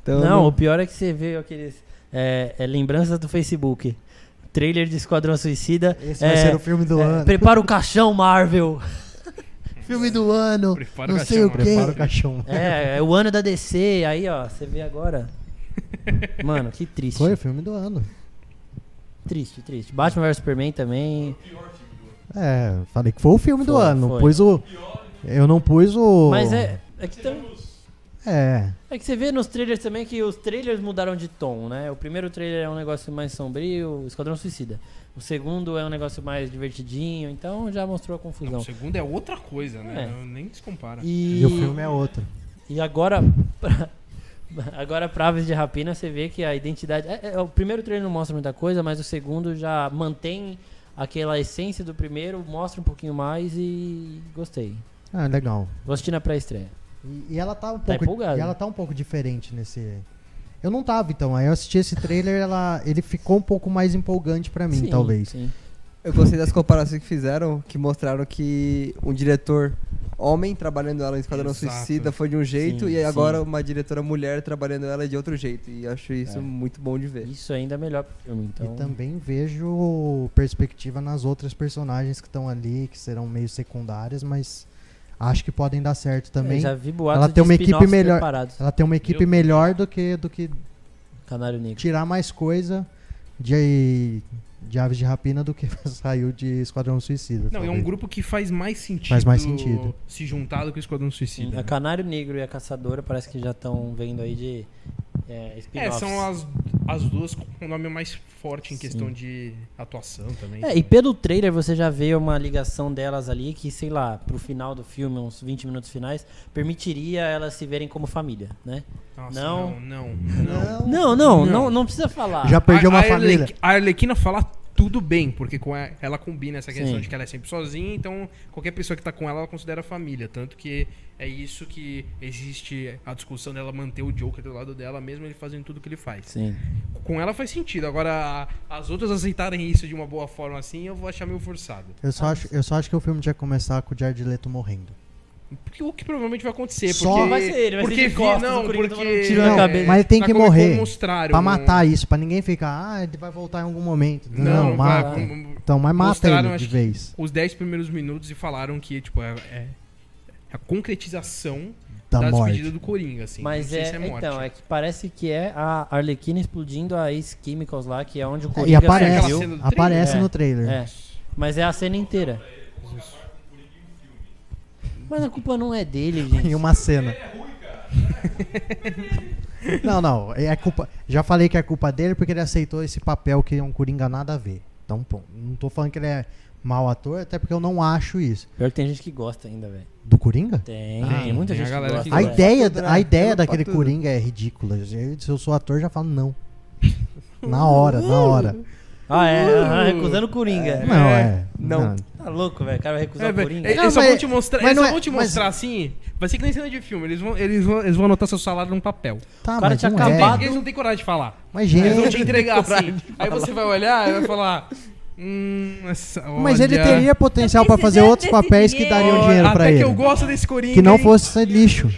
então não, o pior é que você vê aqueles. É, é lembranças do Facebook. Trailer de Esquadrão Suicida. Esse é, vai ser o filme do é, ano. Prepara o caixão, Marvel. Filme do ano. Prepara Não o sei o caixão, que. prepara o caixão. É, é o ano da DC. Aí, ó, você vê agora. Mano, que triste. Foi o filme do ano. Triste, triste. Batman vs Superman também. É, falei que foi o filme do Foi, ano. foi. Pus o. Eu não pus o. Mas é. É que, tam- É. é que você vê nos trailers também que os trailers mudaram de tom, né? O primeiro trailer é um negócio mais sombrio, Esquadrão Suicida. O segundo é um negócio mais divertidinho, então já mostrou a Não, confusão. o segundo é outra coisa, né? É. Não- Nem se compara. E, E, o filme é outro. e agora. pra- Agora, pra Aves de Rapina, você vê que a identidade. é- é- o primeiro trailer não mostra muita coisa, mas o segundo já mantém aquela essência do primeiro, mostra um pouquinho mais e gostei. Ah, legal. Vou assistir na pré-estreia. E, e ela tá um pouco. empolgado. e ela tá um pouco diferente nesse. Eu não tava, então. Aí eu assisti esse trailer, ela, ele ficou um pouco mais empolgante pra mim, Sim, talvez. sim. eu gostei das comparações que fizeram, que mostraram que um diretor homem trabalhando ela em Esquadrão Exato. Suicida foi de um jeito, Sim, e aí sim. agora uma diretora mulher trabalhando ela de outro jeito. E eu acho isso muito bom de ver. Isso ainda é melhor pro filme, então. E também vejo perspectiva nas outras personagens que estão ali, que serão meio secundárias, mas acho que podem dar certo também. Eu já vi boatos Ela tem de uma equipe spin-offs melhor. preparados. Ela tem uma equipe Meu- melhor do que, do que Canário Negro. tirar mais coisa de, de aves de rapina do que saiu de Esquadrão Suicida. Não, é um talvez. grupo que faz mais sentido, Faz mais sentido. se juntar do que o Esquadrão Sim, Suicida. a né? Canário Negro e a Caçadora parece que já estão vendo aí de é, É, spin-offs. são as, as duas com o nome mais forte em Sim. questão de atuação também. É, e pelo trailer você já vê uma ligação delas ali que, sei lá, pro final do filme, uns 20 minutos finais, permitiria elas se verem como família, né? Nossa, não, não. não. não. Não, não, Não. não, não, precisa falar. Já perdeu uma a, família. Arlequ- a Arlequina fala tudo bem, porque com a- ela combina essa questão Sim. de que ela é sempre sozinha, então qualquer pessoa que tá com ela, ela considera família. Tanto que é isso que existe a discussão dela manter o Joker do lado dela, mesmo ele fazendo tudo que ele faz. Sim. Com ela faz sentido. Agora, as outras aceitarem isso de uma boa forma assim, eu vou achar meio forçado. Eu só, acho, eu só acho que o filme tinha que começar com o Jared Leto morrendo. Porque o que provavelmente vai acontecer. Só- porque, Vai ser ele, vai ser porque de costas, vi- o não, Coringa tomando porque... um tiro na não, cabeça. Mas ele tem na que Comic Con morrer mostraram pra um- matar isso, pra ninguém ficar, ah, ele vai voltar em algum momento. Não, Não, vai, mata. com- Então, mas mata mostraram, ele de acho que- vez. os 10 primeiros minutos e falaram que, tipo, é, é a concretização Da da, morte. despedida tá do Coringa, assim. Mas não sei é, se é morte. então, é que parece que é a Arlequina explodindo a Ace Chemicals lá, que é onde o E Coringa aparece, surgiu. cena do trailer? aparece É, no trailer. É. Mas é a cena inteira. Mas a culpa não é dele, gente. Em uma cena. Não, não. É a culpa. Já falei que é culpa dele porque ele aceitou esse papel que é um Coringa nada a ver. Então, pô, não tô falando que ele é mau ator, até porque eu não acho isso. Pior que tem gente que gosta ainda, velho. Do Coringa? Tem, Tem, tem, muita tem a gente que galera gosta. que A Não, velho. gosta. ideia, tudo, né? a ideia Tudo pra daquele tudo. Coringa é ridícula. Eu- Se eu sou ator, já falo não. Na hora, na hora. Ah, é, aham, recusando o Coringa. Não, é. Não. Tá louco, velho. O cara vai recusar É, o velho, Coringa. eles Não, só mas- vão te mostrar, mas eles não só é- vão te mas- mostrar assim. Vai ser que nem cena de filme. Eles vão, eles vão, eles vão anotar seu salário num papel. Tá, O cara mas tinha não é. acabado- Eles não têm coragem de falar. Mas, Eles vão te gente. entregar assim. Aí você vai olhar e vai falar. Hum, essa, Mas ele olha, teria potencial pra fazer precisando outros desse papéis que dinheiro. dariam olha, dinheiro pra Até ele. que eu gosto desse Coringa. Que não hein? fosse ser lixo.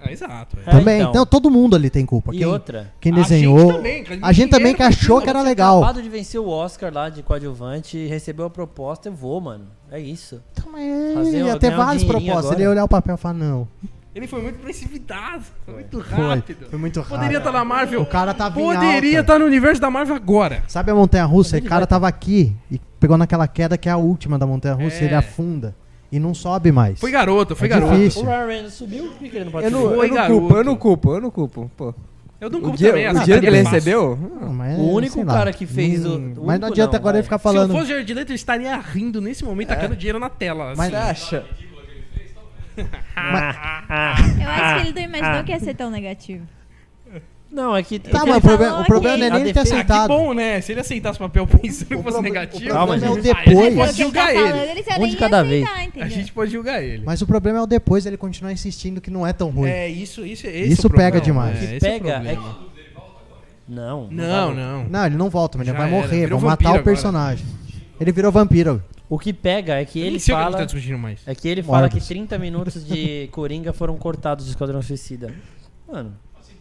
Ah, exato. é. É, Também. então. Então todo mundo ali tem culpa. E Quem- outra? Quem A gente desenhou. também, que a gente um A gente também que dinheiro achou que era Tinha legal. acabado de vencer o Oscar lá de coadjuvante, recebeu a proposta, eu vou, mano. É isso. Então, mas Fazer Ele ia um- ter ganhar um várias dinheirinho propostas. agora. Ele ia olhar o papel e falar, não. Ele foi muito precipitado. Foi muito Foi, rápido. foi muito rápido. Poderia estar na Marvel. O cara tava em Poderia alta. estar no universo da Marvel agora. Sabe a montanha russa? O cara tava aqui e pegou naquela queda que é a última da montanha russa. É. Ele afunda e não sobe mais. Foi garoto, foi É garoto. difícil. O Ryan Reynolds subiu, por que que ele não pode Eu não, subir? Foi, eu não culpo, eu não garoto. culpo, eu não culpo. Pô. Eu não O culpo dinheiro, também. ah, assim, tá, né? o a dinheiro que ele Thaís Basso. recebeu, Não, mas, O único sei lá. Hum, cara que fez o- o mas único não adianta não, agora vai. ele ficar Se eu falando. É. fosse o Jared Leto, eu estaria rindo nesse momento, tacando dinheiro na tela. assim. Ah, mas acha? Ah, Eu acho que ele não imaginou que ia ser tão negativo. Não, é que. Tá, é que mas o ele- problema, o falou problema aqui. não é nem ele ter Ah, que Ah, que aceitado. bom, né? Se ele aceitasse o papel pensando que fosse problema- o negativo. problema Calma, é o gente. aí a gente depois. pode julgar ele. assim, Um de cada vez. A gente pode julgar ele. Mas o problema é o depois ele continuar insistindo que não é tão ruim. É, isso, isso, esse Isso é o problema. pega demais. É, esse é o Pega. É problema. que... Não. Não, tá. não. Não, ele não volta, mas ele Já vai era, morrer, virou vai matar vampiro o personagem. Ele virou vampiro. O que pega é que Nem ele sei o que a gente fala. tá discutindo mais. É que ele fala que Morbius. 30 minutos de Coringa foram cortados do Esquadrão Suicida. Mano. Assim,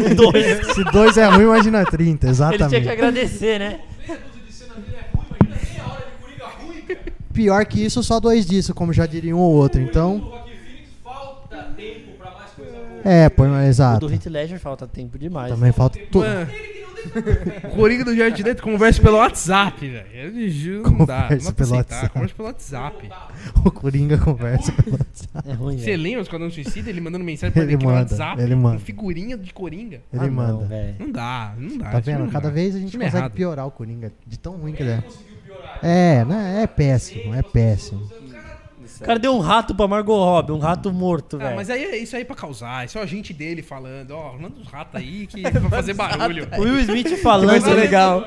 é Se dois é ruim, imagina 30, Ele tinha que exatamente. agradecer, né? Pior que isso, só dois disso, como já diria um ou outro. Então, é, pô, mas O do exato. Heath Ledger falta tempo demais. Também falta tudo. Mano, o Coringa do Jardim Dentro conversa pelo WhatsApp, velho. Eu te juro, não dá. Não Conversa dá pra pelo aceitar. WhatsApp. Conversa pelo WhatsApp. O Coringa conversa. É ruim, Você velho. lembra os Esquadrão Suicida? Ele mandando mensagem pra Ele ele aqui manda, no WhatsApp. ele com manda. figurinha de Coringa. Ele Ah, não, manda. velho. Não dá, não dá. Tá isso vendo? não Cada dá. vez a gente Time é consegue errado. piorar o Coringa, de tão ruim que ele é. É, né? É péssimo, é péssimo. O cara deu um rato pra Margot Robbie, um rato morto, Ah, velho. mas aí é isso aí pra causar. Isso é o agente dele falando, ó, manda uns ratos aí que pra fazer barulho. O Will Smith Vai falando. ser legal.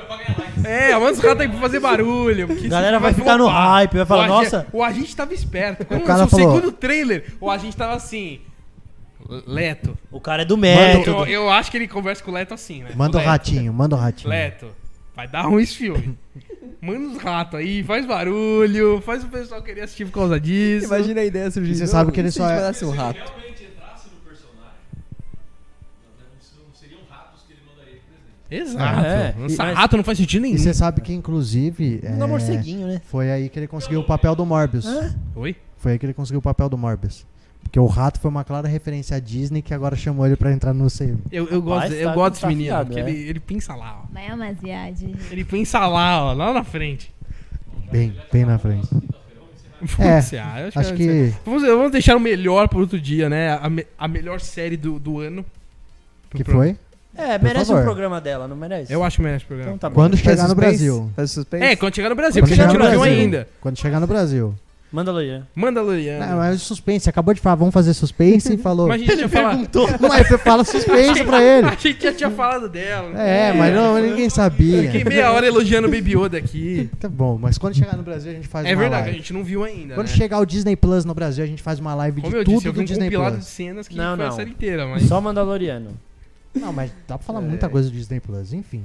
É, manda uns ratos aí pra fazer barulho. porque A galera isso vai ficar no flopar. hype, vai falar, o agente- nossa. O agente tava esperto. Quando cara lançou o falou- segundo trailer, o agente tava assim. Leto. O cara é do Manda Eu, método. eu acho que ele conversa com o Leto assim, né? Manda o Leto, ratinho, manda o ratinho. Leto, vai dar ruim esse filme. Manda uns ratos aí, faz barulho, faz o pessoal querer assistir por causa disso. Imagina a ideia surgindo. E você sabe que ele se só a gente é- mandasse um rato. Exato. É, Lançar mas- rato não faz sentido nenhum. E você sabe que, inclusive. Não é, morceguinho, né? Foi aí que ele conseguiu o papel do Morbius. é- Oi? Foi aí que ele conseguiu o papel do Morbius. Porque o rato foi uma clara referência à Disney que agora chamou ele pra entrar no seio. Eu, eu Rapaz, gosto, eu tá gosto desse menino, desafiado, porque é. ele, ele pensa lá, ó. Mas é umas viagens. Ele pensa lá, ó, lá na frente. Bem, bem na frente. É. Putz, ah, eu Acho que. Vamos, vamos deixar o melhor pro outro dia, né? A, me- a melhor série do, do ano. Que Pro- foi? É, Por merece favor. um programa dela, não merece? Eu acho que merece o programa. Então tá bom. Quando Faz chegar no suspense? Brasil. Faz suspense? É, quando chegar no Então, Brasil, Quando porque a gente chegar não no viu Brasil. ainda. É. Quando chegar no Brasil. Mandalorian. Mandalorian. Não, mas o suspense, acabou de falar, vamos fazer suspense e falou. Mas a gente já falado. Mas você fala suspense pra ele. A gente já tinha falado dela. É, mas não, ninguém Fiquei sabia. meia hora elogiando o Baby Yoda aqui. Tá bom, mas quando chegar no Brasil a gente faz É uma verdade, a live. gente não viu ainda. Quando né? chegar o Disney Plus no Brasil, a gente faz uma live Como de eu tudo disse, eu vi do um Disney compilado de Plus. cenas que Não, foi a não. série inteira, mas. Só Mandaloriano. Não, mas dá pra falar É. muita coisa do Disney Plus, enfim.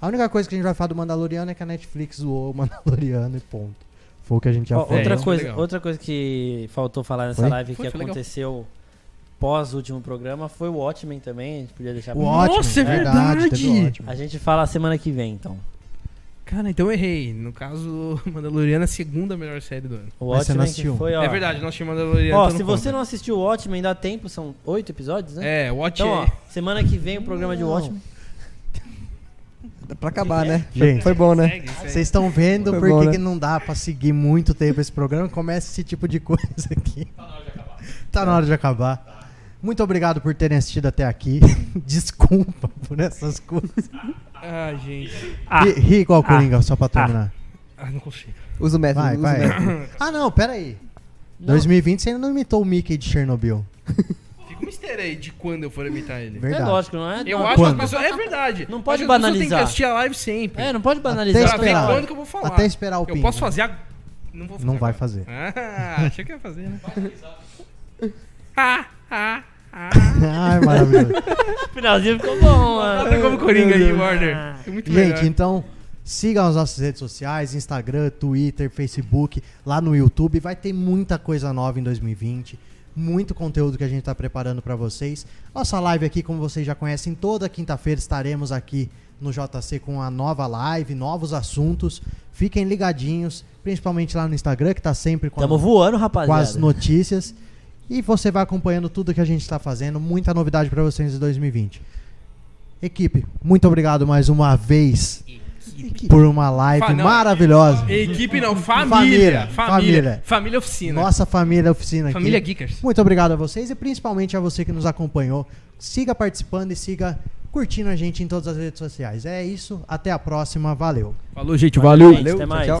A única coisa que a gente vai falar do Mandaloriano é que a Netflix zoou o Mandaloriano e ponto. Foi o que a gente já Ó, falou. outra, isso foi coisa, legal. outra coisa que faltou falar nessa Foi? live Foi, que foi legal. aconteceu pós o último programa foi o Watchmen também. A gente podia deixar O pra- ótimo, Nossa, é teve verdade. ótimo. A gente fala semana que vem, então. Cara, então eu errei. No caso, Mandalorian é a segunda melhor série do ano. O Mas você Watchmen não que assistiu. foi, ó. É verdade, nós tínhamos Mandalorian. Ó, então conta. se você não assistiu o Watchmen, dá tempo, são oito episódios, né? É, Watch Então, ó, semana que vem o programa de Watchmen. Pra acabar, né? Gente. Foi bom, né? Segue, segue. Vocês estão vendo Foi por bom, que né? que não dá pra seguir muito tempo esse programa? Começa esse tipo de coisa aqui. Tá na hora de acabar. Muito obrigado por terem assistido até aqui. Desculpa por essas coisas. Ah, gente. Ri, ri igual Coringa, só pra terminar. Ah, não consigo. Usa o método. Vai, usa vai. o método. Ah, não, pera aí. 2020 você ainda não imitou o Mickey de Chernobyl. Fica um mistério aí de quando eu for imitar ele. É Verdade. lógico, não é? Eu não, acho que as Quando? pessoas. É verdade. Não pode Acho que as pessoas têm banalizar. que assistir a live sempre. É, não pode Até Pra banalizar. ver esperar. quando que eu vou falar. Até esperar o Eu pingo. posso fazer a... Não vou fazer Não vai agora. fazer. Ah, achei que ia fazer, né? Ah, Ai, maravilhoso. O finalzinho ficou bom, mano. Nada como Coringa aí, Warner. É muito melhor. Gente, então sigam as nossas redes sociais, Instagram, Twitter, Facebook, lá no YouTube. Vai ter muita coisa nova em 2020. Muito conteúdo que a gente está preparando para vocês. Nossa live aqui, como vocês já conhecem, toda quinta-feira estaremos aqui no JC com a nova live, novos assuntos. Fiquem ligadinhos, principalmente lá no Instagram, que tá sempre com a Tamo voando, com as rapaziada. notícias. E você vai acompanhando tudo que a gente está fazendo. Muita novidade para vocês em 2020. Equipe, muito obrigado mais uma vez por uma live Fa- não. maravilhosa. Equipe não, Família, família. Família. família. Família, oficina. Nossa família oficina aqui. família Geekers. Muito obrigado a vocês e principalmente a você que nos acompanhou. Siga participando e siga curtindo a gente em todas as redes sociais. É isso, até a próxima, valeu. Falou, gente. Valeu, gente, Até Tchau, mais. tchau.